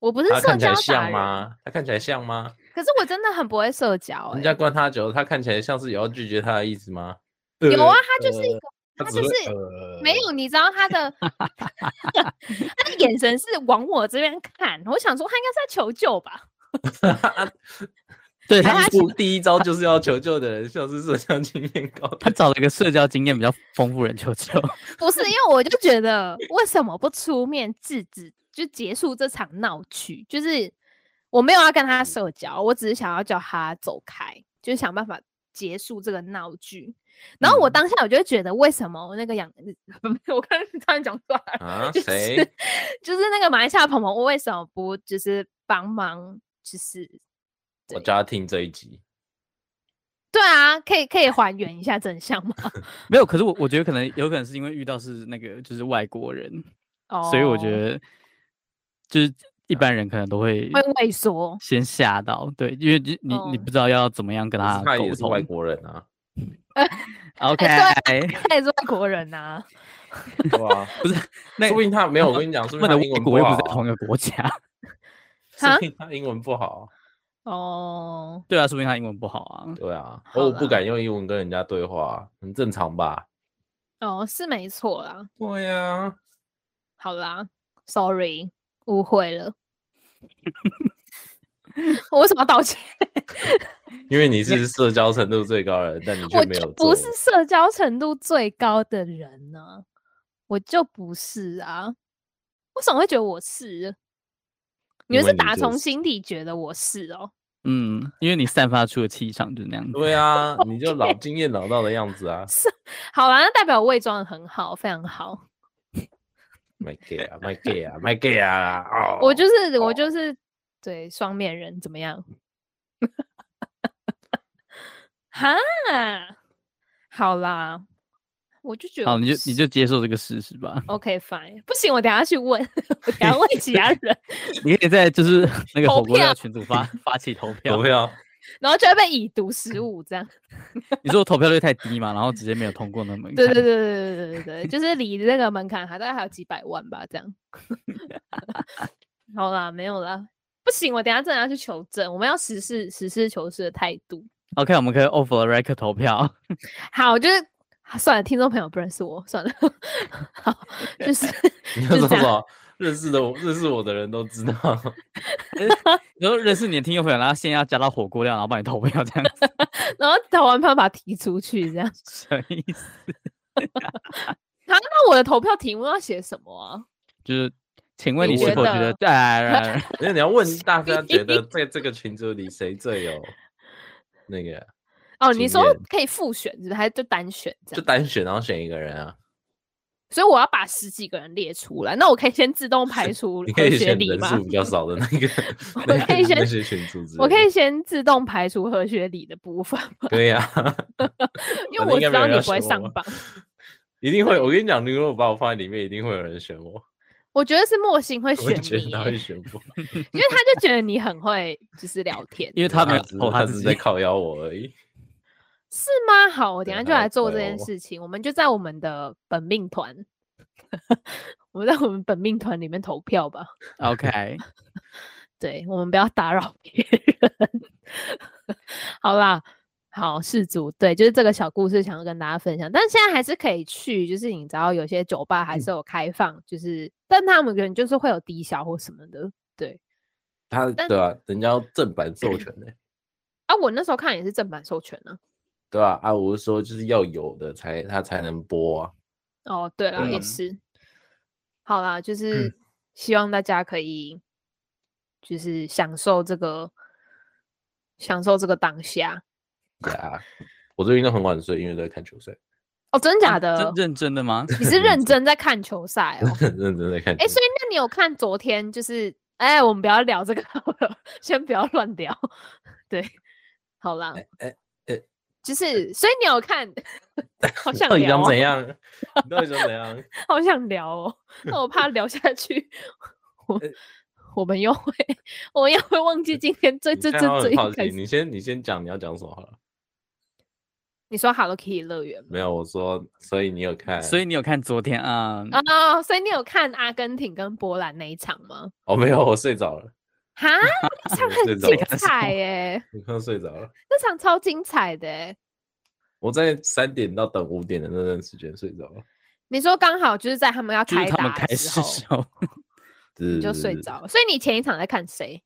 Speaker 2: 我不是
Speaker 3: 他
Speaker 2: 社
Speaker 3: 看起
Speaker 2: 交
Speaker 3: 来
Speaker 2: 达
Speaker 3: 像
Speaker 2: 人，
Speaker 3: 吗？他看起来像吗？
Speaker 2: 可是我真的很不会社交哎、
Speaker 3: 人家灌他酒，他看起来像是有要拒绝他的意思吗？
Speaker 2: 有啊，
Speaker 3: 呃
Speaker 2: 他就是一
Speaker 3: 呃
Speaker 2: 个，
Speaker 3: 他
Speaker 2: 他
Speaker 3: 只
Speaker 2: 就
Speaker 3: 会
Speaker 2: 是
Speaker 3: 呃
Speaker 2: 没有，你知道 他的他的眼神是往我这边看，我想说他应该是在求救吧。
Speaker 1: 对
Speaker 2: 然后
Speaker 1: 他
Speaker 3: 他
Speaker 2: 他
Speaker 1: 是
Speaker 3: 是第一招就是要求救的人，像是社交经验高的
Speaker 1: 他找了一个社交经验比较丰富的人求救。
Speaker 2: 不是，因为我就觉得为什么不出面制止，就结束这场闹剧？就是我没有要跟
Speaker 1: 嗯
Speaker 2: 他社交，我只是想要叫他走开，就是想办法结束这个闹剧。然后我
Speaker 1: 嗯
Speaker 2: 当下我就会觉得，为什么那个杨， 我刚刚突然讲出来
Speaker 1: 嗯
Speaker 2: 了，
Speaker 3: 啊？
Speaker 2: 就是
Speaker 3: 谁？
Speaker 2: 就是那个马来西亚鹏鹏，我为什么不就是帮忙？就是
Speaker 3: 我叫他听这一集。
Speaker 2: 对啊，可以可以还原一下真相吗？
Speaker 1: 没有，可是我我觉得可能有可能是因为遇到是那个就是外国人，
Speaker 2: 哦，
Speaker 1: 所以我觉得就是一
Speaker 3: 嗯
Speaker 1: 般人可能都会
Speaker 2: 会畏缩。
Speaker 1: 先吓到，对，因为你你你
Speaker 2: 哦
Speaker 1: 不知道要怎么样跟
Speaker 3: 可
Speaker 1: 他
Speaker 3: 嗯是他
Speaker 1: 沟
Speaker 3: 也是
Speaker 1: 通。
Speaker 3: 外国人 啊，
Speaker 1: OK，
Speaker 2: 他也是外国人啊呐、
Speaker 3: 对吧？
Speaker 1: 啊 不是那
Speaker 3: 说不定他没有，我跟你讲，
Speaker 1: 他
Speaker 3: 说不
Speaker 1: 们
Speaker 3: 定
Speaker 1: 的
Speaker 3: 他英文
Speaker 1: 外
Speaker 3: 不
Speaker 1: 国又不
Speaker 3: 好
Speaker 1: 是在同一个国家，
Speaker 3: 啊，
Speaker 2: 哈
Speaker 3: 说不定他英文不好。
Speaker 2: 哦，
Speaker 1: 对啊，说明他英文不好啊。
Speaker 3: 对啊，
Speaker 2: 好
Speaker 3: 我不
Speaker 2: 啦
Speaker 3: 敢用英文跟人家对话，啊很正常吧？
Speaker 2: 哦，是没错啦。
Speaker 3: 对
Speaker 1: 啊
Speaker 3: 呀，
Speaker 2: 好啦，sorry，误会了。 我为什么要道歉？
Speaker 3: 因为你是社交程度最高的人，但你
Speaker 2: 我
Speaker 3: 却没
Speaker 2: 就
Speaker 3: 有做
Speaker 2: 不是社交程度最高的人呢、我就不是啊。为什么会觉得我是？你
Speaker 3: 因
Speaker 2: 们是
Speaker 3: 为你
Speaker 2: 打
Speaker 3: 就
Speaker 2: 从
Speaker 3: 是
Speaker 2: 心底觉得我是哦？
Speaker 1: 嗯，因为你散发出的气场就是那样子。
Speaker 3: 对啊，你就老经验老道的样子啊，
Speaker 2: 好啦，那代表我伪装的很好，非常好。
Speaker 3: 卖 gay 啊，卖 gay 啊，卖 gay 啊！哦，
Speaker 2: 我就是我
Speaker 3: 哦
Speaker 2: 就是对双面人怎么样？ 哈，好啦，我就觉得
Speaker 1: 好，
Speaker 2: 我
Speaker 1: 你就你
Speaker 2: 是
Speaker 1: 就接受这个事实吧。
Speaker 2: OK fine，不行，我等下去问，我等 下问其他人，
Speaker 1: 你可以在就是 那个
Speaker 2: 投
Speaker 1: 火锅料
Speaker 2: 票
Speaker 1: 群组发发起投票。
Speaker 3: 投票
Speaker 2: 然后就会被已 读十五这样。
Speaker 1: 你说我投票率太低嘛，然后直接没有通过那门槛。
Speaker 2: 对对对对对对 对，就是离那个门槛还大概还有几百万吧，这样。 好啦，没有啦，不行，我等下真的要去求证，我们要实事实事求是的态度。
Speaker 1: OK，我们可以 offer record 投票。
Speaker 2: 好，就是啊算了，听众朋友不认识我，算了， 好，就是
Speaker 3: 你
Speaker 2: 就
Speaker 3: 要说
Speaker 2: 是这
Speaker 3: 什
Speaker 2: 样
Speaker 3: 么？认识的我认识我的人都知道，
Speaker 1: 然后认识你的听众朋友，然后先要加到火锅料，然后帮你投票，这样子
Speaker 2: 然后投完票把它踢出去，这样。
Speaker 1: 什么意思？
Speaker 2: 好，那我的投票题目要写什么啊？
Speaker 1: 就是，请问
Speaker 3: 你
Speaker 1: 你是
Speaker 3: 觉
Speaker 1: 否觉
Speaker 2: 得
Speaker 1: 得？ 对，哎
Speaker 3: 因为你要问大家觉得在这个群组里谁最有那个，
Speaker 2: 哦，你
Speaker 3: 经
Speaker 2: 说
Speaker 3: 验
Speaker 2: 可以复选是不是？还是就单选这
Speaker 3: 就
Speaker 2: 样？
Speaker 3: 单选然后选一个人啊，
Speaker 2: 所以我要把十几个人列出来，那我可以先自动排 除
Speaker 3: 你可
Speaker 2: 和
Speaker 3: 以
Speaker 2: 学
Speaker 3: 选
Speaker 2: 理
Speaker 3: 人
Speaker 2: 吗？
Speaker 3: 数比较少的那个
Speaker 2: 我，
Speaker 3: 那
Speaker 2: 可以
Speaker 3: 个
Speaker 2: 选
Speaker 3: 那些群组之类的，
Speaker 2: 我可以先自动排除和学理的部 分吗？
Speaker 3: 对呀，
Speaker 2: 因为
Speaker 3: 反正应
Speaker 2: 我
Speaker 3: 该没有
Speaker 2: 知道
Speaker 3: 人
Speaker 2: 你
Speaker 3: 要
Speaker 2: 不
Speaker 3: 选我啊
Speaker 2: 会上
Speaker 3: 吧
Speaker 2: 榜。
Speaker 3: 一定会。我跟你讲，如果我把我放在里面，一定会有人选我，
Speaker 2: 我觉得是莫欣 会
Speaker 3: 我
Speaker 2: 选
Speaker 3: 也觉得
Speaker 2: 你
Speaker 3: 他
Speaker 2: 欸，
Speaker 3: 会选我，
Speaker 2: 因为他就觉得你很会就是聊天，
Speaker 1: 因为他没有
Speaker 3: 只是
Speaker 1: 投
Speaker 3: 他只
Speaker 1: 自
Speaker 3: 是
Speaker 1: 己
Speaker 3: 在。靠邀我而已。
Speaker 2: 是吗？好，我等
Speaker 3: 对
Speaker 2: 一下
Speaker 3: 他
Speaker 2: 就来
Speaker 3: 来
Speaker 2: 做
Speaker 3: 推
Speaker 2: 这件
Speaker 3: 我
Speaker 2: 事情。我们就在我们的本命团，我们在我们本命团里面投票吧。
Speaker 1: OK，
Speaker 2: 对，我们不要打扰别人。 好啦，好，氏族，对，就是这个小故事想要跟大家分享，但现在还是可以去，就是你知道有些酒吧
Speaker 3: 嗯
Speaker 2: 还是有开放，就是但他们可能就是会有低消或什么的。
Speaker 3: 他
Speaker 2: 但
Speaker 3: 对吧、人家要正版授权的、
Speaker 2: 啊，我那时候看也是正版授权呢、
Speaker 3: 对吧、啊？我是说，就是要有的才他才能播啊。
Speaker 2: 哦，对啦，也
Speaker 1: 嗯
Speaker 2: 是。好啦，就是希望大家可以，就是享受这个，享受这个当下。
Speaker 3: 对啊，我最近都很晚睡，因为都在看球赛，
Speaker 2: 哦，真假的
Speaker 1: 啊真？认真的吗？
Speaker 2: 你是认真在看球赛哦？
Speaker 3: 很认真在看球。
Speaker 2: 哎、所以那你有看昨天就是？哎、我们不要聊这个好了，先不要乱聊。 对，好啦，
Speaker 3: 哎哎
Speaker 2: 就是，所以你有看，好
Speaker 3: 你
Speaker 2: 想
Speaker 3: 到底
Speaker 2: 聊、
Speaker 3: 想
Speaker 2: 哦
Speaker 3: 怎，样？ 你到底想怎样？啊
Speaker 2: 好想聊哦，但我怕聊下去，我
Speaker 3: 呃
Speaker 2: 我们又会，我们又会忘记今天最
Speaker 3: 你
Speaker 2: 最
Speaker 3: 看
Speaker 2: 最
Speaker 3: 他
Speaker 2: 最
Speaker 3: 很好
Speaker 2: 一开
Speaker 3: 奇，
Speaker 2: 始。
Speaker 3: 你先你先讲你要讲什么好了。
Speaker 2: 你说 Hello Kitty 乐园吗？
Speaker 3: 没有，我说，所以你有看？
Speaker 1: 所以你有看昨天啊？
Speaker 2: 哦，所以你有看阿根廷跟波兰那一场吗？
Speaker 3: 哦，没有，我睡着了，
Speaker 2: 哈，那场
Speaker 3: 我睡
Speaker 2: 很
Speaker 3: 着了
Speaker 2: 精彩耶，
Speaker 3: 我刚睡着了。
Speaker 2: 那场超精彩的耶。
Speaker 3: 我在三点到等五点的那段时间睡着了，
Speaker 2: 你说刚好就是在他们要
Speaker 1: 就是
Speaker 2: 开
Speaker 1: 他们
Speaker 2: 打
Speaker 1: 开
Speaker 2: 的时
Speaker 1: 始
Speaker 2: 候
Speaker 1: 时，候，
Speaker 2: 你
Speaker 3: 你
Speaker 2: 就睡。着了。所以你前一场在看谁？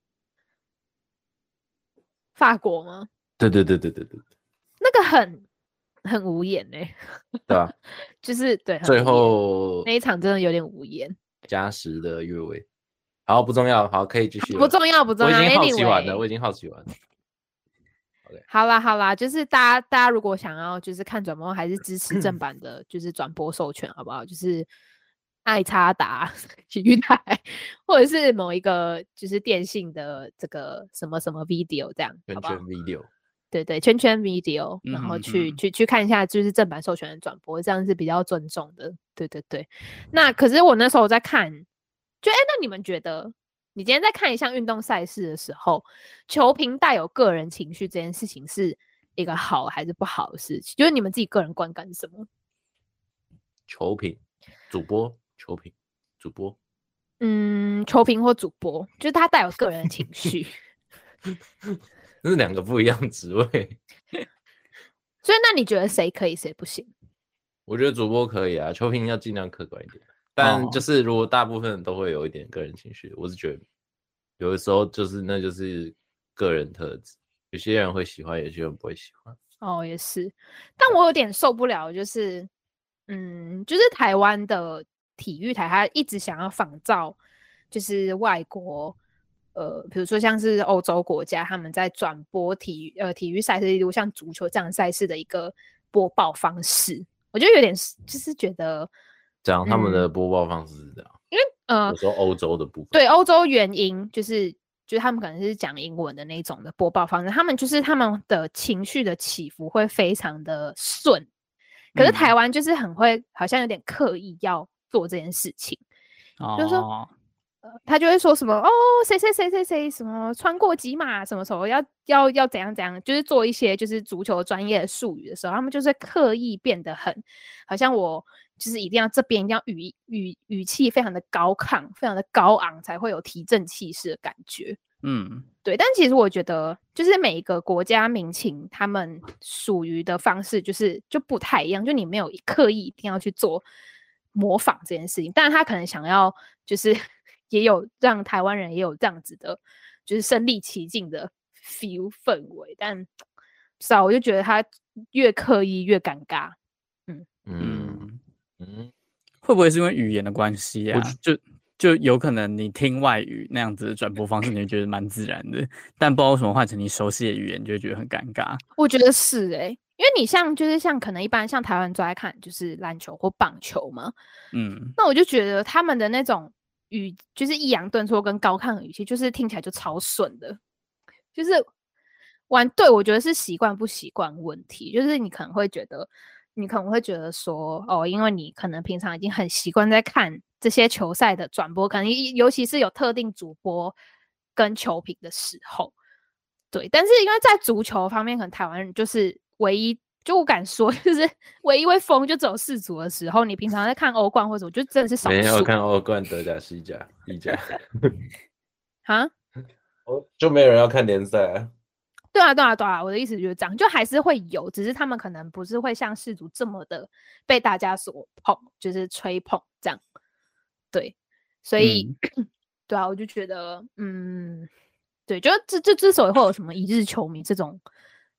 Speaker 2: 法国吗？
Speaker 3: 对对对对对对，
Speaker 2: 那个很很无言呢、
Speaker 3: 对啊吧、
Speaker 2: 就是对，很无
Speaker 3: 最
Speaker 2: 言
Speaker 3: 后
Speaker 2: 那一场真的有点无言，
Speaker 3: 加时的越位，好不重要，好可以继续了。
Speaker 2: 啊 不重要，不重要。
Speaker 3: 啊我已经好奇完了，我
Speaker 2: Anyway，
Speaker 3: 已经好奇完了。
Speaker 2: 好啦好啦，就是大家大家如果想要就是看转播，还是支 持正版的，就是转播授权好不好？就是爱差达 体育台，或者是某一个就是电信的这个什么什么 video 这样，
Speaker 3: 圈
Speaker 2: 好不好
Speaker 3: 圈？video，
Speaker 2: 对对，圈圈 video，然后
Speaker 1: 嗯
Speaker 2: 去、
Speaker 1: 哼
Speaker 2: 去去看一下，就是正版授权的转播，这样是比较尊重的。对对对，那可是我那时候在看，就哎，那你们觉得，你今天在看一项运动赛事的时候，球评带有个人情绪这件事情是一个好还是不好的事情？就是你们自己个人观感是什么？
Speaker 3: 球评，主播，球评，主播，
Speaker 2: 嗯，球评或主播，就是他带有个人的情绪。
Speaker 3: 那是两个不一样的职位。
Speaker 2: 所以那你觉得谁可以，谁不行？
Speaker 3: 我觉得主播可以啊，球评要尽量客观一点。但
Speaker 1: 哦
Speaker 3: 就是如果大部分人都会有一点个人情绪，我是觉得有的时候就是那就是个人特质，有些人会喜欢，有些人不会喜欢。
Speaker 2: 哦，也是，但我有点受不了，就是，嗯，就是台湾的体育台，它一直想要仿照，就是外国，呃，比如说像是欧洲国家，他们在转播体育，呃，体育赛事，例如像足球这样的赛事的一个播报方式，我就有点是就是觉得，
Speaker 3: 这样他们
Speaker 2: 嗯
Speaker 3: 的播报方式是这样，
Speaker 2: 因为呃
Speaker 3: 我，说欧洲的部分，
Speaker 2: 对，欧洲原因就是就是他们可能是讲英文的那种的播报方式，他们就是他们的情绪的起伏会非常的顺，可是
Speaker 1: 嗯
Speaker 2: 台湾就是很会，好像有点刻意要做这件事情。就是说
Speaker 1: 哦，
Speaker 2: 呃他就会说什么哦，谁谁谁谁谁什么穿过几码，什么时候要要要怎样怎样，就是做一些就是足球专业的术语的时候，他们就是刻意变得很，好像我就是一定要这边一定要语语语气非常的高亢，非常的高昂，才会有提振气势的感觉。
Speaker 1: 嗯，
Speaker 2: 对，但其实我觉得，就是每一个国家民情，他们属于的方式就是就不太一样，就你没有一刻意一定要去做模仿这件事情，但是他可能想要就是 也有让台湾人也有这样子的，就是身临其境的 feel 氛围，但少、啊我就觉得他越刻意越尴尬，
Speaker 3: 嗯
Speaker 1: 嗯，
Speaker 3: 嗯，
Speaker 1: 会不会是因为语言的关系
Speaker 3: 我
Speaker 1: 啊？就就有可能你听外语那样子的转播方式，你会觉得蛮自然的，但不知道为什么换成你熟悉的语言，你就会觉得很尴尬。
Speaker 2: 我觉得是诶、因为你像就是像可能一般像台湾最爱看就是篮球或棒球嘛，
Speaker 1: 嗯，
Speaker 2: 那我就觉得他们的那种语，就是抑扬顿挫跟高亢的语气，就是听起来就超顺的，就是玩对我觉得是习惯不习惯问题，就是你可能会觉得，你可能会觉得说，哦，因为你可能平常已经很习惯在看这些球赛的转播，可能一尤其是有特定主播跟球评的时候，对，但是因为在足球方面，可能台湾人就是唯一，就我敢说， 就是唯一会疯就只有世足的时候。你平常在看欧冠或者，我就真的是少
Speaker 3: 没有
Speaker 2: 数
Speaker 3: 看欧冠、德甲、西甲、意甲，
Speaker 2: 啊。
Speaker 3: 哦，就没有人要看联赛啊。
Speaker 2: 对啊，对啊，对啊，我的意思就是这样，就还是会有，只是他们可能不是会像世足这么的被大家所捧，就是吹捧这样。对，所以、
Speaker 1: 嗯
Speaker 2: 对啊，我就觉得，嗯，对，就之之之所以会有什么一日球迷这种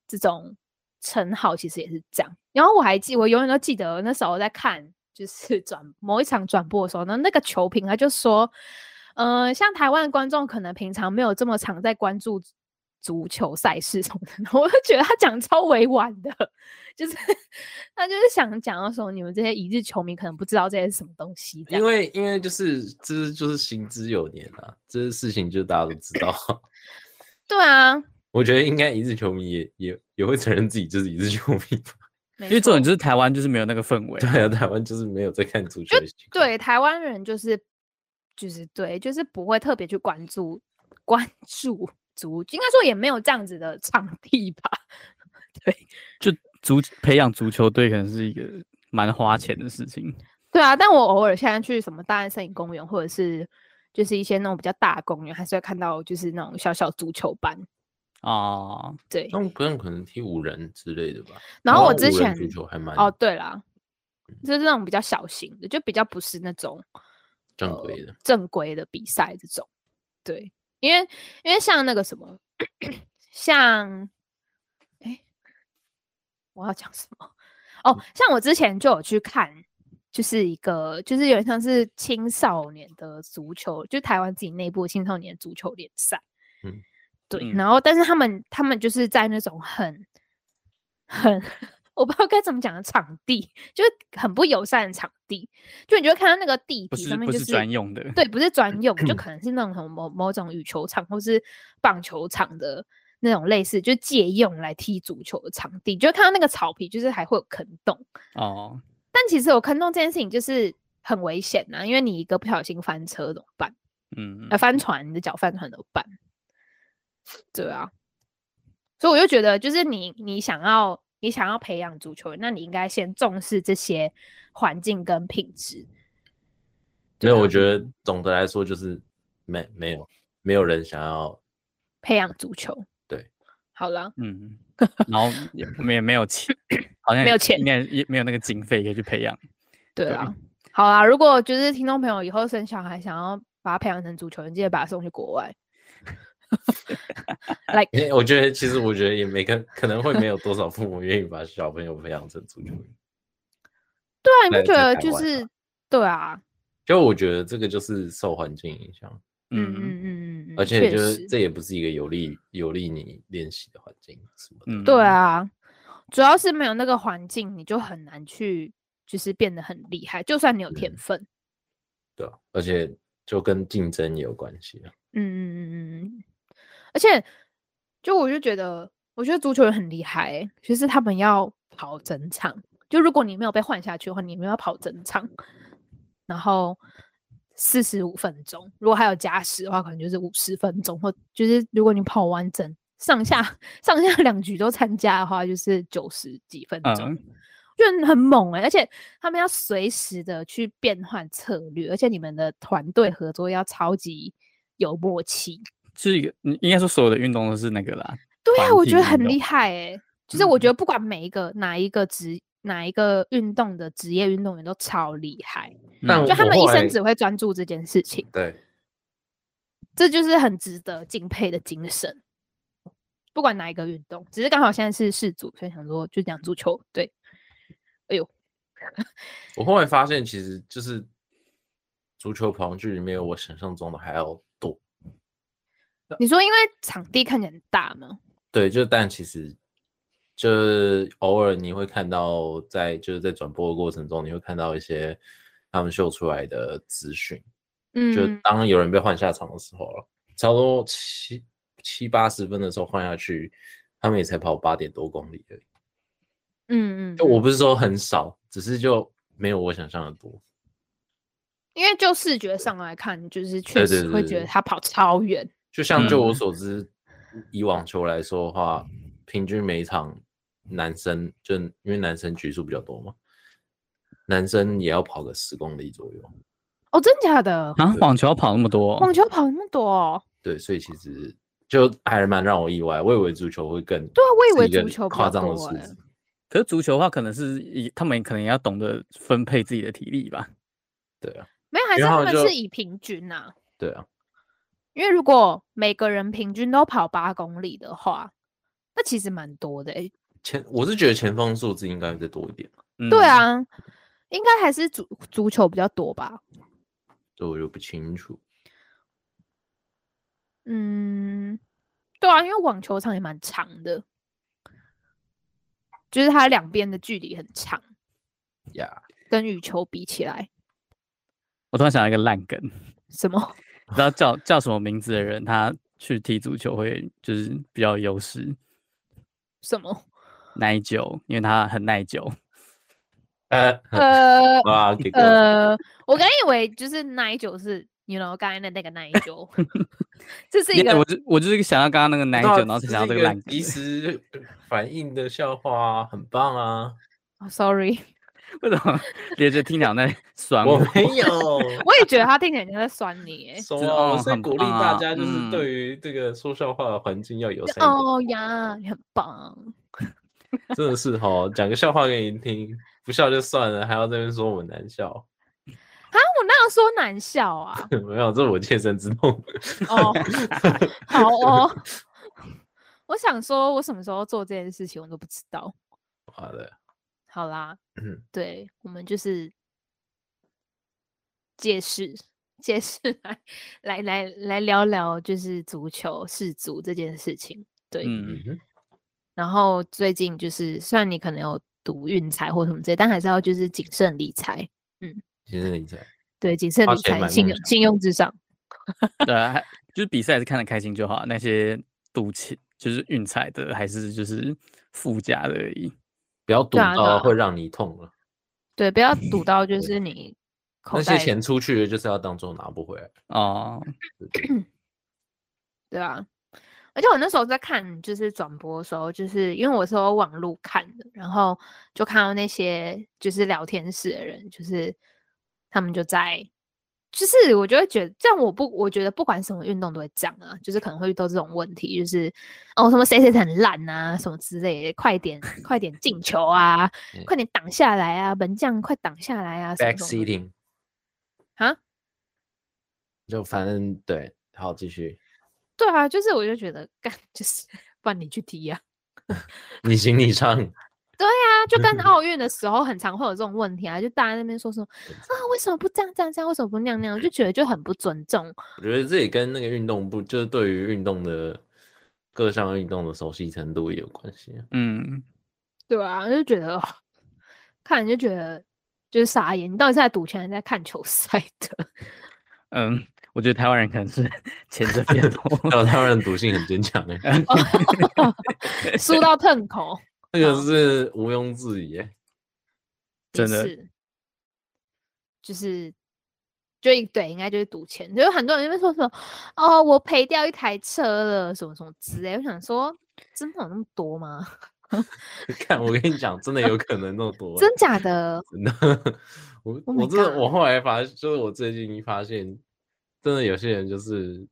Speaker 2: 这种称号，其实也是这样。然后我还记，我永远都记得那时候在看，就是 转某一场转播的时候呢，那个球评他就说，呃，像台湾的观众可能平常没有这么常在关注足足球赛事什么的， 然后我就觉得他讲超委婉的，就是他就是想讲到说，你们这些一日球迷可能不知道这些是什么东西，这
Speaker 3: 因
Speaker 2: 样
Speaker 3: 为因为就是这就是行之有年啊，这事情就大家都知道。
Speaker 2: 对啊，
Speaker 3: 我觉得应该一日球迷也也也会承认自己就是一日球迷吧。
Speaker 2: 因
Speaker 1: 因为这种就是台湾就是没有那个氛围。
Speaker 3: 对啊，台湾就是没有在看足球的习惯。
Speaker 2: 对台湾人就是就是对，就是不会特别去关注关注足，应该说也没有这样子的场地吧。
Speaker 1: 就足培养足球队可能是一个蛮花钱的事情。
Speaker 2: 对啊，但我偶尔现在去什么大安森林公园，或者是就是一些那种比较大的公园，还是会看到就是那种小小足球班。
Speaker 1: 哦，
Speaker 2: 对，
Speaker 3: 那可能可能踢五人之类的吧。
Speaker 2: 然后我之
Speaker 3: 五人
Speaker 2: 前
Speaker 3: 足球还蛮
Speaker 2: 哦对啦，就是那种比较小型的，就比较不是那种
Speaker 3: 正规的。
Speaker 2: 呃正规的比赛这种。对，因为因为像那个什么，像哎、我要讲什么？哦，
Speaker 3: 嗯
Speaker 2: 像我之前就有去看，就是一个就是有点像是青少年的足球，就台湾自己内部的青少年足球联赛。
Speaker 3: 嗯，
Speaker 2: 对，
Speaker 1: 嗯
Speaker 2: 然后但是他们他们就是在那种很很我不知道该怎么讲的场地，就是很不友善的场地，就你就会看到那个地
Speaker 1: 不
Speaker 2: 皮上
Speaker 1: 是
Speaker 2: 面
Speaker 1: 不
Speaker 2: 就是
Speaker 1: 专嗯用的。
Speaker 2: 对，不是专用，就可能是那种某某种羽球场或是棒球场的那种类似，就借用来踢足球的场地，就会看到那个草皮就是还会有坑洞。
Speaker 1: 哦，
Speaker 2: 但其实有坑洞这件事情就是很危险呐、因为你一个不小心翻车怎么办？
Speaker 1: 嗯
Speaker 2: 呃，，翻船，你的脚翻船怎么办？对啊，所以我就觉得，就是你你想要你想要培养足球人，那你应该先重视这些环境跟品质。
Speaker 3: 没
Speaker 2: 啊
Speaker 3: 有，我觉得总的来说就是没没有没有人想要
Speaker 2: 培养足球。
Speaker 3: 对，
Speaker 2: 好了，
Speaker 1: 嗯，然后也没没有钱，好像
Speaker 2: 没有
Speaker 1: 也
Speaker 2: 钱
Speaker 1: 应该也没有那个经费可以去培养。
Speaker 2: 对
Speaker 1: 对
Speaker 2: 啊，好啦，如果就是听众朋友以后生小孩想要把他培养成足球人，记得把他送去国外。like
Speaker 3: 因为我觉得其实我觉得也没可可能会没有多少父母愿意把小朋友培养成足球员。
Speaker 2: 对啊，你
Speaker 3: 在
Speaker 2: 不觉
Speaker 3: 在
Speaker 2: 得
Speaker 3: 台
Speaker 2: 就
Speaker 3: 湾
Speaker 2: 是对啊，
Speaker 3: 就我觉得这个就是受环境影响，
Speaker 2: 嗯嗯
Speaker 1: 嗯
Speaker 2: 嗯嗯，
Speaker 3: 而
Speaker 2: 嗯
Speaker 3: 且
Speaker 2: 确
Speaker 3: 就是
Speaker 2: 实
Speaker 3: 这也不是一个有利有利你练习的环境什么的。
Speaker 1: 嗯，
Speaker 2: 对，啊，主要是没有那个环境，你就很难去就是变得很厉害，就算你有天
Speaker 3: 嗯
Speaker 2: 分，
Speaker 3: 对啊，而且就跟竞争也有关系啊。
Speaker 2: 嗯嗯嗯嗯嗯，而且就我就觉得，我觉得足球人很厉害欸、就是他们要跑整场。就如果你没有被换下去的话，你们要跑整场，然后四十五分钟，如果还有加时的话，可能就是五十分钟，或就是如果你跑完整上下 上下两局都参加的话，就是九十几分钟。
Speaker 1: 嗯
Speaker 2: 就很猛哎、而且他们要随时的去变换策略，而且你们的团队合作要超级有默契。
Speaker 1: 是一个，嗯应该说所有的运动都是那个啦。
Speaker 2: 对啊，
Speaker 1: 团
Speaker 2: 我
Speaker 1: 体
Speaker 2: 觉得
Speaker 1: 运
Speaker 2: 很
Speaker 1: 动
Speaker 2: 厉害哎、就是我觉
Speaker 1: 嗯
Speaker 2: 得不管每一个哪一个职哪一个运动的职业运动员都超厉害，
Speaker 3: 但
Speaker 1: 嗯
Speaker 2: 就他
Speaker 3: 我
Speaker 2: 们
Speaker 3: 后
Speaker 2: 一
Speaker 3: 来
Speaker 2: 生只会专注这件事情，
Speaker 3: 对，
Speaker 2: 这就是很值得敬佩的精神。不管哪一个运动，只是刚好现在是世足，所以想说就讲足球。对，哎呦，
Speaker 3: 我后来发现，其实就是足球跑距离没有我想象中的还要多。
Speaker 2: 你说因为场地看起来很大吗？
Speaker 3: 对，就但其实就是偶尔你会看到在，就是在转播的过程中，你会看到一些他们秀出来的资讯。
Speaker 2: 嗯，
Speaker 3: 就当有人被换下场的时候了，差不多七七八十分的时候换下去，他们也才跑八点多公里而已。
Speaker 2: 嗯嗯，
Speaker 3: 就我
Speaker 2: 嗯
Speaker 3: 不是说很少，只是就没有我想象的多。
Speaker 2: 因为就视觉上来看，就是确
Speaker 3: 对对
Speaker 2: 实会
Speaker 3: 对
Speaker 2: 觉得
Speaker 3: 对
Speaker 2: 他跑超远。
Speaker 3: 就像就我
Speaker 1: 嗯
Speaker 3: 所知，以网球来说的话，平均每一场男生就因为男生局数比较多嘛，男生也要跑个十公里左右。
Speaker 2: 哦，真 假的？
Speaker 1: 啊，网球要跑那么多
Speaker 2: 网
Speaker 1: 哦，
Speaker 2: 球跑那么多、哦？
Speaker 3: 对，所以其实就还蛮让我意外，我以为足球会更
Speaker 2: 对啊我以
Speaker 3: 是
Speaker 2: 为
Speaker 3: 一个
Speaker 2: 足球比
Speaker 3: 夸
Speaker 2: 较
Speaker 3: 张的
Speaker 2: 多
Speaker 3: 数
Speaker 2: 欸
Speaker 3: 字。
Speaker 1: 可是足球的话，可能是以他们可能也要懂得分配自己的体力吧。
Speaker 3: 对啊，
Speaker 2: 没有，还
Speaker 3: 因为
Speaker 2: 是
Speaker 3: 他
Speaker 2: 他
Speaker 3: 们
Speaker 2: 们
Speaker 3: 就是
Speaker 2: 以平均呐、
Speaker 3: 对啊，
Speaker 2: 因为如果每个人平均都跑八公里的话，那其实蛮多的、欸。
Speaker 3: 前我是觉得前方数字应该再多一点，
Speaker 1: 嗯、
Speaker 2: 对，啊，应该还是足足球比较多吧？
Speaker 3: 这我就不清楚。
Speaker 2: 嗯，对啊，因为网球场也蛮长的，就是它两边的距离很长，
Speaker 3: 呀、
Speaker 2: 跟羽球比起来，
Speaker 1: 我突然想到一个烂梗，你
Speaker 2: 什么？
Speaker 1: 知道叫叫什么名字的人，他去踢足球会就是比较有优势，
Speaker 2: 什么？
Speaker 1: 耐久，因为他很耐久。
Speaker 3: 呃
Speaker 2: 呃
Speaker 3: 啊，给过
Speaker 2: 呃，我刚以为就是奶酒是，you know，刚才的那个奶酒，这是一
Speaker 1: 因为
Speaker 2: 个
Speaker 1: 我就我就是想到刚刚那个耐
Speaker 3: 对啊
Speaker 1: 久，然后才
Speaker 3: 这
Speaker 1: 想
Speaker 3: 是
Speaker 1: 到这
Speaker 3: 一
Speaker 1: 个烂梗
Speaker 3: 及。时反应的笑话、啊，很棒啊！
Speaker 2: 哦，sorry，
Speaker 1: 为什么连着听鸟在酸
Speaker 3: 我
Speaker 1: 我？
Speaker 3: 没有
Speaker 2: 我也觉得他听起来像在酸你耶，
Speaker 3: 什
Speaker 1: 就是
Speaker 3: 么，我
Speaker 1: 哦
Speaker 3: 是在
Speaker 1: 很
Speaker 3: 鼓励
Speaker 1: 棒
Speaker 3: 大
Speaker 1: 啊
Speaker 3: 家，就是
Speaker 1: 嗯
Speaker 3: 对于这个说笑话的环境要友
Speaker 2: 就
Speaker 3: 善一
Speaker 2: 哦呀，你很棒，
Speaker 3: 点。真的是哦，讲个笑话给你听，不笑就算了，还要在那边说我们难笑，
Speaker 2: 啊，我哪有说难笑啊？
Speaker 3: 没有，这是我切身之痛。
Speaker 2: 哦，好哦， 我想说，我什么时候做这件事情，我都不知道。
Speaker 3: 好的，
Speaker 2: 好啦，
Speaker 3: 嗯
Speaker 2: 对我们就是借势借势 来来来来聊聊，就是足球世足这件事情。对，
Speaker 1: 嗯
Speaker 3: 嗯，哼，
Speaker 2: 然后最近就是虽然你可能有赌运财或什么之类，但还是要就是谨慎理财。
Speaker 3: 其实你在
Speaker 2: 对，谨慎
Speaker 3: 花
Speaker 2: 理
Speaker 3: 钱买
Speaker 2: 财，信
Speaker 3: 梦
Speaker 2: 用
Speaker 3: 想
Speaker 2: 信用至上。
Speaker 1: 对啊，还就是比赛还是看得开心就好，那些赌气就是运彩的，还是就是附加的而已。
Speaker 3: 不要赌
Speaker 2: 对啊对
Speaker 3: 到
Speaker 2: 啊
Speaker 3: 会让你痛了，
Speaker 2: 对，不要 赌到就是你口
Speaker 3: 那些
Speaker 2: 袋
Speaker 3: 钱出去了就是要当做拿不回来。
Speaker 1: 哦，
Speaker 2: 对啊，而且我那时候在看就是转播的时候，就是因为我是有网路看的，然后就看到那些就是聊天室的人，就是他们就在，就是我就会觉得，这样我不，我觉得不管什么运动都会这样啊，就是可能会遇到这种问题，就是哦什么谁谁谁很烂啊，什么之类的，快点快点进 球啊，
Speaker 3: 嗯
Speaker 2: 快点挡下来啊，门将快挡下来啊，什么
Speaker 3: Back
Speaker 2: 什么的
Speaker 3: seating，
Speaker 2: 啊，
Speaker 3: 就反正对，好继续，
Speaker 2: 对啊，就是我就觉得干就是 不然你去踢啊呀、
Speaker 3: 你行你上。
Speaker 2: 那就
Speaker 1: 嗯
Speaker 2: 跟奥运的时候很常会有这种问题啊，就大家那边说说啊，为什么不这样这样这样，为什么不那样那样，就觉得就很不尊重。
Speaker 3: 我觉得这也跟那个运动部，就是对于运动的各项运动的熟悉程度也有关系啊。
Speaker 1: 嗯，
Speaker 2: 对啊，就觉得哦看就觉得就是傻眼，你到底是在赌钱还是在看球赛的？
Speaker 1: 嗯，我觉得台湾人可能是 钱这边多。
Speaker 3: 台湾人 毒性很坚强哎，
Speaker 2: 输到 碰口，
Speaker 3: 这个是毋庸置疑哎。
Speaker 1: 真的
Speaker 2: 是，就是。就一对，应该就是赌钱，就是很多人就会说什么哦，我赔掉一台车了，什么什么之类。我想说，真的有那么多吗？
Speaker 3: 看，我跟你讲，真的有可能那么多欸，
Speaker 2: 真假的？
Speaker 3: 真的， 我
Speaker 2: Oh
Speaker 3: 我
Speaker 2: my
Speaker 3: 真的我后来发，就是我最近发现，真的有些人就是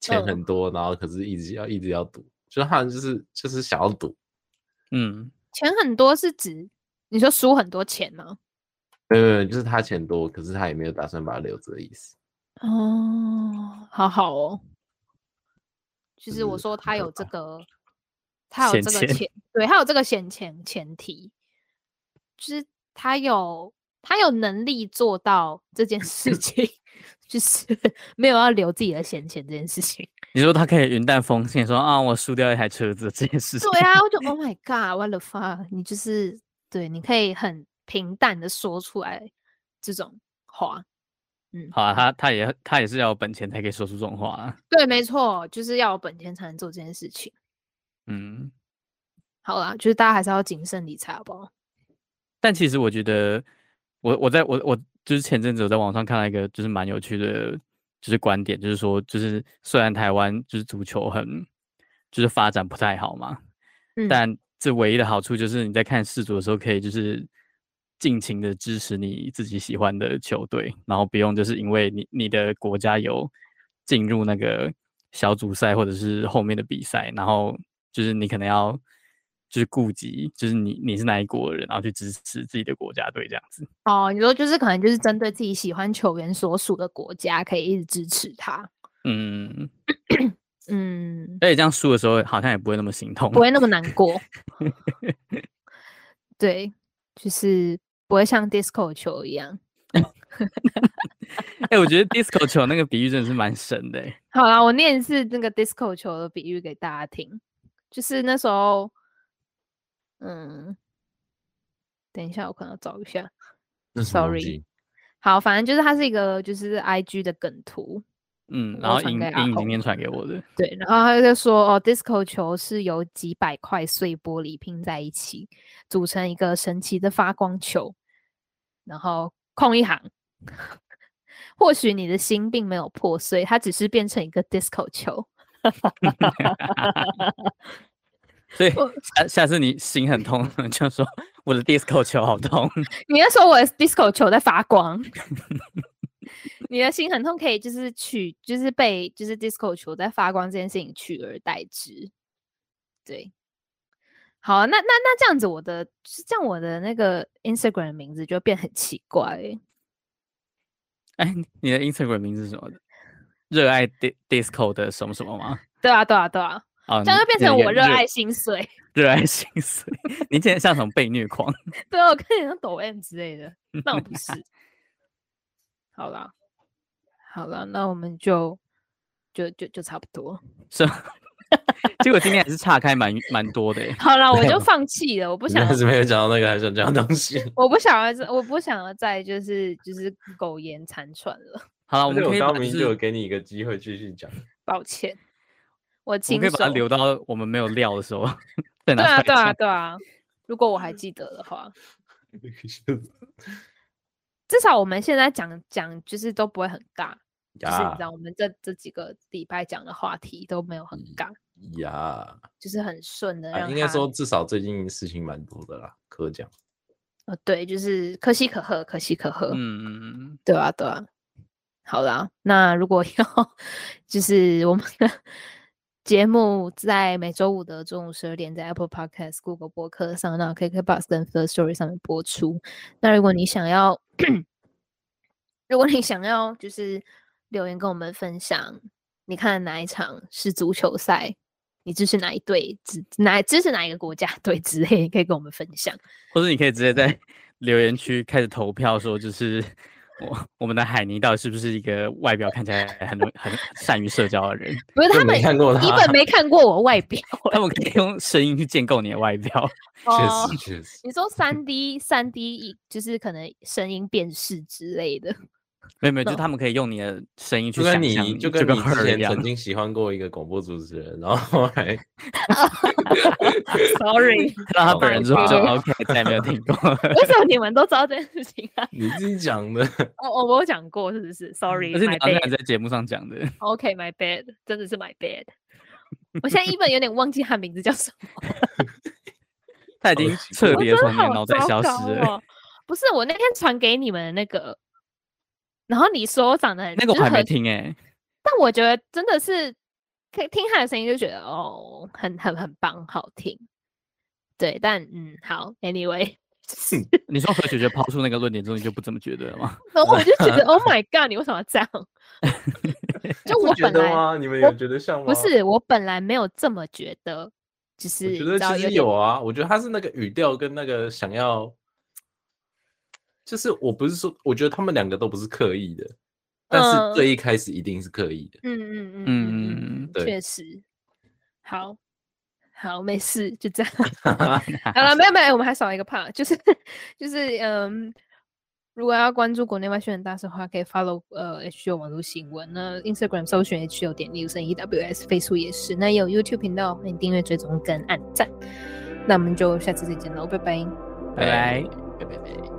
Speaker 3: 钱
Speaker 2: 嗯
Speaker 3: 很多，然后可是一直要一直要赌，就是他们就是就是想要赌，
Speaker 1: 嗯，
Speaker 2: 钱很多是指你说输很多钱吗？
Speaker 3: 没有没有，
Speaker 2: 嗯
Speaker 3: 就是他钱多，可是他也没有打算把它留着的意思。
Speaker 2: 哦，好好哦，嗯就
Speaker 3: 就是
Speaker 2: 我
Speaker 3: 是
Speaker 2: 说
Speaker 3: 很
Speaker 2: 他
Speaker 3: 可
Speaker 2: 有这
Speaker 3: 怕
Speaker 2: 个，他有
Speaker 1: 闲
Speaker 2: 这个
Speaker 1: 钱
Speaker 2: 前，对他有这个闲钱前提，就是他有他有能力做到这件 事情，就是 没有要留自己的闲钱这件事情。
Speaker 1: 你说他可以云淡风轻说啊，我输掉一台车子这件事情，
Speaker 2: 对啊，我就 Oh my God，what the fuck！你就是对，你可以很平淡的说出来这种话，嗯，
Speaker 1: 好啊，他他也他也是要有本钱才可以说出这种话啊。
Speaker 2: 对，没错，就是要有本钱才能做这件事情。
Speaker 1: 嗯，
Speaker 2: 好啦，就是大家还是要谨慎理财，好不好？
Speaker 1: 但其实我觉得，我我在我我就是前阵子我在网上看到一个就是蛮有趣的，就是观点，就是说，就是虽然台湾就是足球很就是发展不太好嘛，
Speaker 2: 嗯
Speaker 1: 但这唯一的好处就是你在看世足的时候，可以就是尽情的支持你自己喜欢的球队，然后不用就是因为你你的国家有进入那个小组赛或者是后面的比赛，然后就是你可能要就是顾及就是你你是哪一国人，然后去支持自己的国家队这样子。
Speaker 2: 哦，你说就是可能就是针对自己喜欢球员所属的国家，可以一直支持他，
Speaker 1: 嗯，
Speaker 2: 嗯，
Speaker 1: 而且这样输的时候好像也不会那么心痛
Speaker 2: 不。会那么难过。对，就是不会像 disco 球一样。
Speaker 1: 哎、我觉得 disco 球那个比喻真的是蛮神的、欸。
Speaker 2: 好啦，我念一次那个 disco 球的比喻给大家听，就是那时候，嗯，等一下，我可能要找一下。
Speaker 3: 那什么东
Speaker 2: Sorry
Speaker 3: 西
Speaker 2: 好，反正就是它是一个就是 I G 的梗图，
Speaker 1: 嗯，然
Speaker 2: 我
Speaker 1: 后
Speaker 2: 传
Speaker 1: 莹
Speaker 2: 给阿
Speaker 1: 莹
Speaker 2: 红
Speaker 1: 今天传给我的，
Speaker 2: 对，然后他就说哦，disco 球是由几百块碎玻璃拼在一起，组成一个神奇的发光球，然后空一行。 或许你的心并没有破碎，它只是变成一个 disco 球。
Speaker 1: 所以
Speaker 2: 我
Speaker 1: 下呃下次你心很痛， 就说我的 disco 球好痛。
Speaker 2: 你在说我的 disco 球在发光， 你的心很痛，可以就是取，就是被就是 disco 球在发光这件事情取而代之。对，好，啊那那那这样子，我的这样我的那个 Instagram 的名字就变很奇怪欸、
Speaker 1: 哎，你的 Instagram 名字是什么？热爱 di- disco 的什么什么吗？
Speaker 2: 对啊，对啊，对啊，
Speaker 1: 啊，
Speaker 2: 这样
Speaker 1: 你
Speaker 2: 就变
Speaker 1: 你
Speaker 2: 成
Speaker 1: 有一
Speaker 2: 我
Speaker 1: 个
Speaker 2: 热爱心碎。
Speaker 1: 热爱心碎。 你今天像什么被虐狂？
Speaker 2: 对啊，我看你像抖 M 之类的，那我不是。好啦，好啦，那我们就就就就差不多。
Speaker 1: 是吗？ 结果今天还是岔开蛮蛮多的耶。
Speaker 2: 好了，我
Speaker 1: 没
Speaker 2: 就
Speaker 1: 有
Speaker 2: 放弃了，我不
Speaker 3: 你
Speaker 2: 想要
Speaker 3: 还是没有讲到那个还想讲的东 西。
Speaker 2: 我不想要再，我不想要再就是就是苟延残喘了，
Speaker 1: 好了，
Speaker 3: 而
Speaker 1: 我
Speaker 3: 且
Speaker 1: 们
Speaker 3: 我
Speaker 1: 可以
Speaker 3: 刚
Speaker 1: 把
Speaker 3: 刚
Speaker 1: 就
Speaker 3: 明明
Speaker 1: 是
Speaker 3: 就有给你一个机会继续讲，
Speaker 2: 抱歉，
Speaker 1: 我
Speaker 2: 我
Speaker 1: 们
Speaker 2: 亲
Speaker 1: 可以
Speaker 2: 手
Speaker 1: 把它留到我们没有料的时候 再
Speaker 2: 对
Speaker 1: 拿出
Speaker 2: 啊
Speaker 1: 来
Speaker 2: 对啊
Speaker 1: 讲。
Speaker 2: 对啊，如果我还记得的话， 至少我们现在讲讲就是都不会很尬，就是你
Speaker 3: 呀
Speaker 2: 知道我们这这几个礼拜讲的话题都没有很
Speaker 3: 嗯
Speaker 2: 尬，
Speaker 3: 呀，
Speaker 2: 就是很顺的
Speaker 3: 啊
Speaker 2: 让
Speaker 3: 应该
Speaker 2: 它
Speaker 3: 说至少最近事情蛮多的啦，可讲。
Speaker 2: 呃对，就是可喜可贺，可喜可贺，
Speaker 1: 嗯嗯嗯，
Speaker 2: 对啊，对啊。好啦，那如果要就是我们的 节目在每周五的中午十二点在 Apple Podcast、Google 播客上，那 KKBox 跟 First Story 上面播出。那如果你想要，如果你想要就是留言跟我们分享，你看哪一场是足球赛？你支持哪一队？支哪支持哪一个国家队之类，可以跟我们分享。
Speaker 1: 或者你可以直接在 留言区开始投票，说就是我我们的海尼到底是不是一个外表看起来很容易很善于社交的人？
Speaker 2: 不是
Speaker 3: 就
Speaker 2: 他们
Speaker 3: 没看啊过他，
Speaker 2: 一本没看过我外表，
Speaker 1: 他们可以用声音去建构你的外表。
Speaker 2: 哦
Speaker 3: 确实确实。
Speaker 2: 你说三 D 三 D 就是可能声音辨识之类的，
Speaker 1: 没有没有，就他们可以用你的声音去
Speaker 3: 就
Speaker 1: 想
Speaker 3: 跟
Speaker 1: 象
Speaker 3: 你就跟
Speaker 1: 这个
Speaker 3: 你之
Speaker 1: her 一
Speaker 3: 前
Speaker 1: 样
Speaker 3: 曾。经喜欢过一个广播主持人，然后 后来
Speaker 2: Sorry，
Speaker 1: 看到他本人之后就
Speaker 2: 好吧
Speaker 1: OK，再也没有听过。
Speaker 2: 为什么你们都知道这件事情啊？
Speaker 3: 你自己讲的，
Speaker 2: 哦哦，我有讲过是不是？Sorry，
Speaker 1: 而且你啊
Speaker 2: my
Speaker 1: 好像
Speaker 2: bad
Speaker 1: 在节目上讲的，
Speaker 2: OK，my bad，真的是 my bad。我现在 even 有点忘记他名字叫什么，
Speaker 1: 他已经
Speaker 3: 奇
Speaker 1: 彻
Speaker 3: 怪
Speaker 1: 底
Speaker 2: 我
Speaker 1: 的从你
Speaker 2: 真的
Speaker 1: 的
Speaker 2: 好
Speaker 1: 脑袋
Speaker 2: 糟
Speaker 1: 消
Speaker 2: 糕
Speaker 1: 失了。
Speaker 2: 哦。不是我那天传给你们的那个，然后你说我长得很
Speaker 1: 那个
Speaker 2: 就
Speaker 1: 我
Speaker 2: 是
Speaker 1: 还没
Speaker 2: 很
Speaker 1: 听哎，
Speaker 2: 但我觉得真的是，可以听他的声音就觉得哦，很很很棒，好听。对，但嗯，好，anyway，
Speaker 1: 你说何雪雪抛出那个论点之后，你就不这么觉得了吗？
Speaker 2: 然后我就觉 得，Oh my god，你为什么要这样？ 就
Speaker 3: 不
Speaker 2: 我
Speaker 3: 觉
Speaker 2: 本
Speaker 3: 得
Speaker 2: 来
Speaker 3: 吗？你们
Speaker 2: 我
Speaker 3: 有觉得像吗？
Speaker 2: 不，是，我本来没有这么觉得，只是
Speaker 3: 我
Speaker 2: 你
Speaker 3: 觉
Speaker 2: 知
Speaker 3: 得
Speaker 2: 道
Speaker 3: 其实
Speaker 2: 点
Speaker 3: 有啊，我觉得他是那个语调跟那个想要，就是我不是说，我觉得他们两个都不是刻意的，但
Speaker 2: 嗯
Speaker 3: 是最一开始一定是刻意的，
Speaker 2: 嗯嗯嗯嗯嗯，
Speaker 1: 嗯，
Speaker 3: 对
Speaker 2: 确实，好。好，没事，就这样。好
Speaker 1: 好
Speaker 2: 了，没有没哎有，我们还少一个 part，就是就是嗯，如果要关注国内外宣传大事的话，可以 follow 呃 H 九网络新闻，那 Instagram 搜寻 H 九点 news e w s，Facebook 也是，那也有 YouTube 频道，欢迎订阅、追踪跟按赞。那我们就下次再见喽，拜拜。
Speaker 1: 拜拜。
Speaker 3: 拜拜。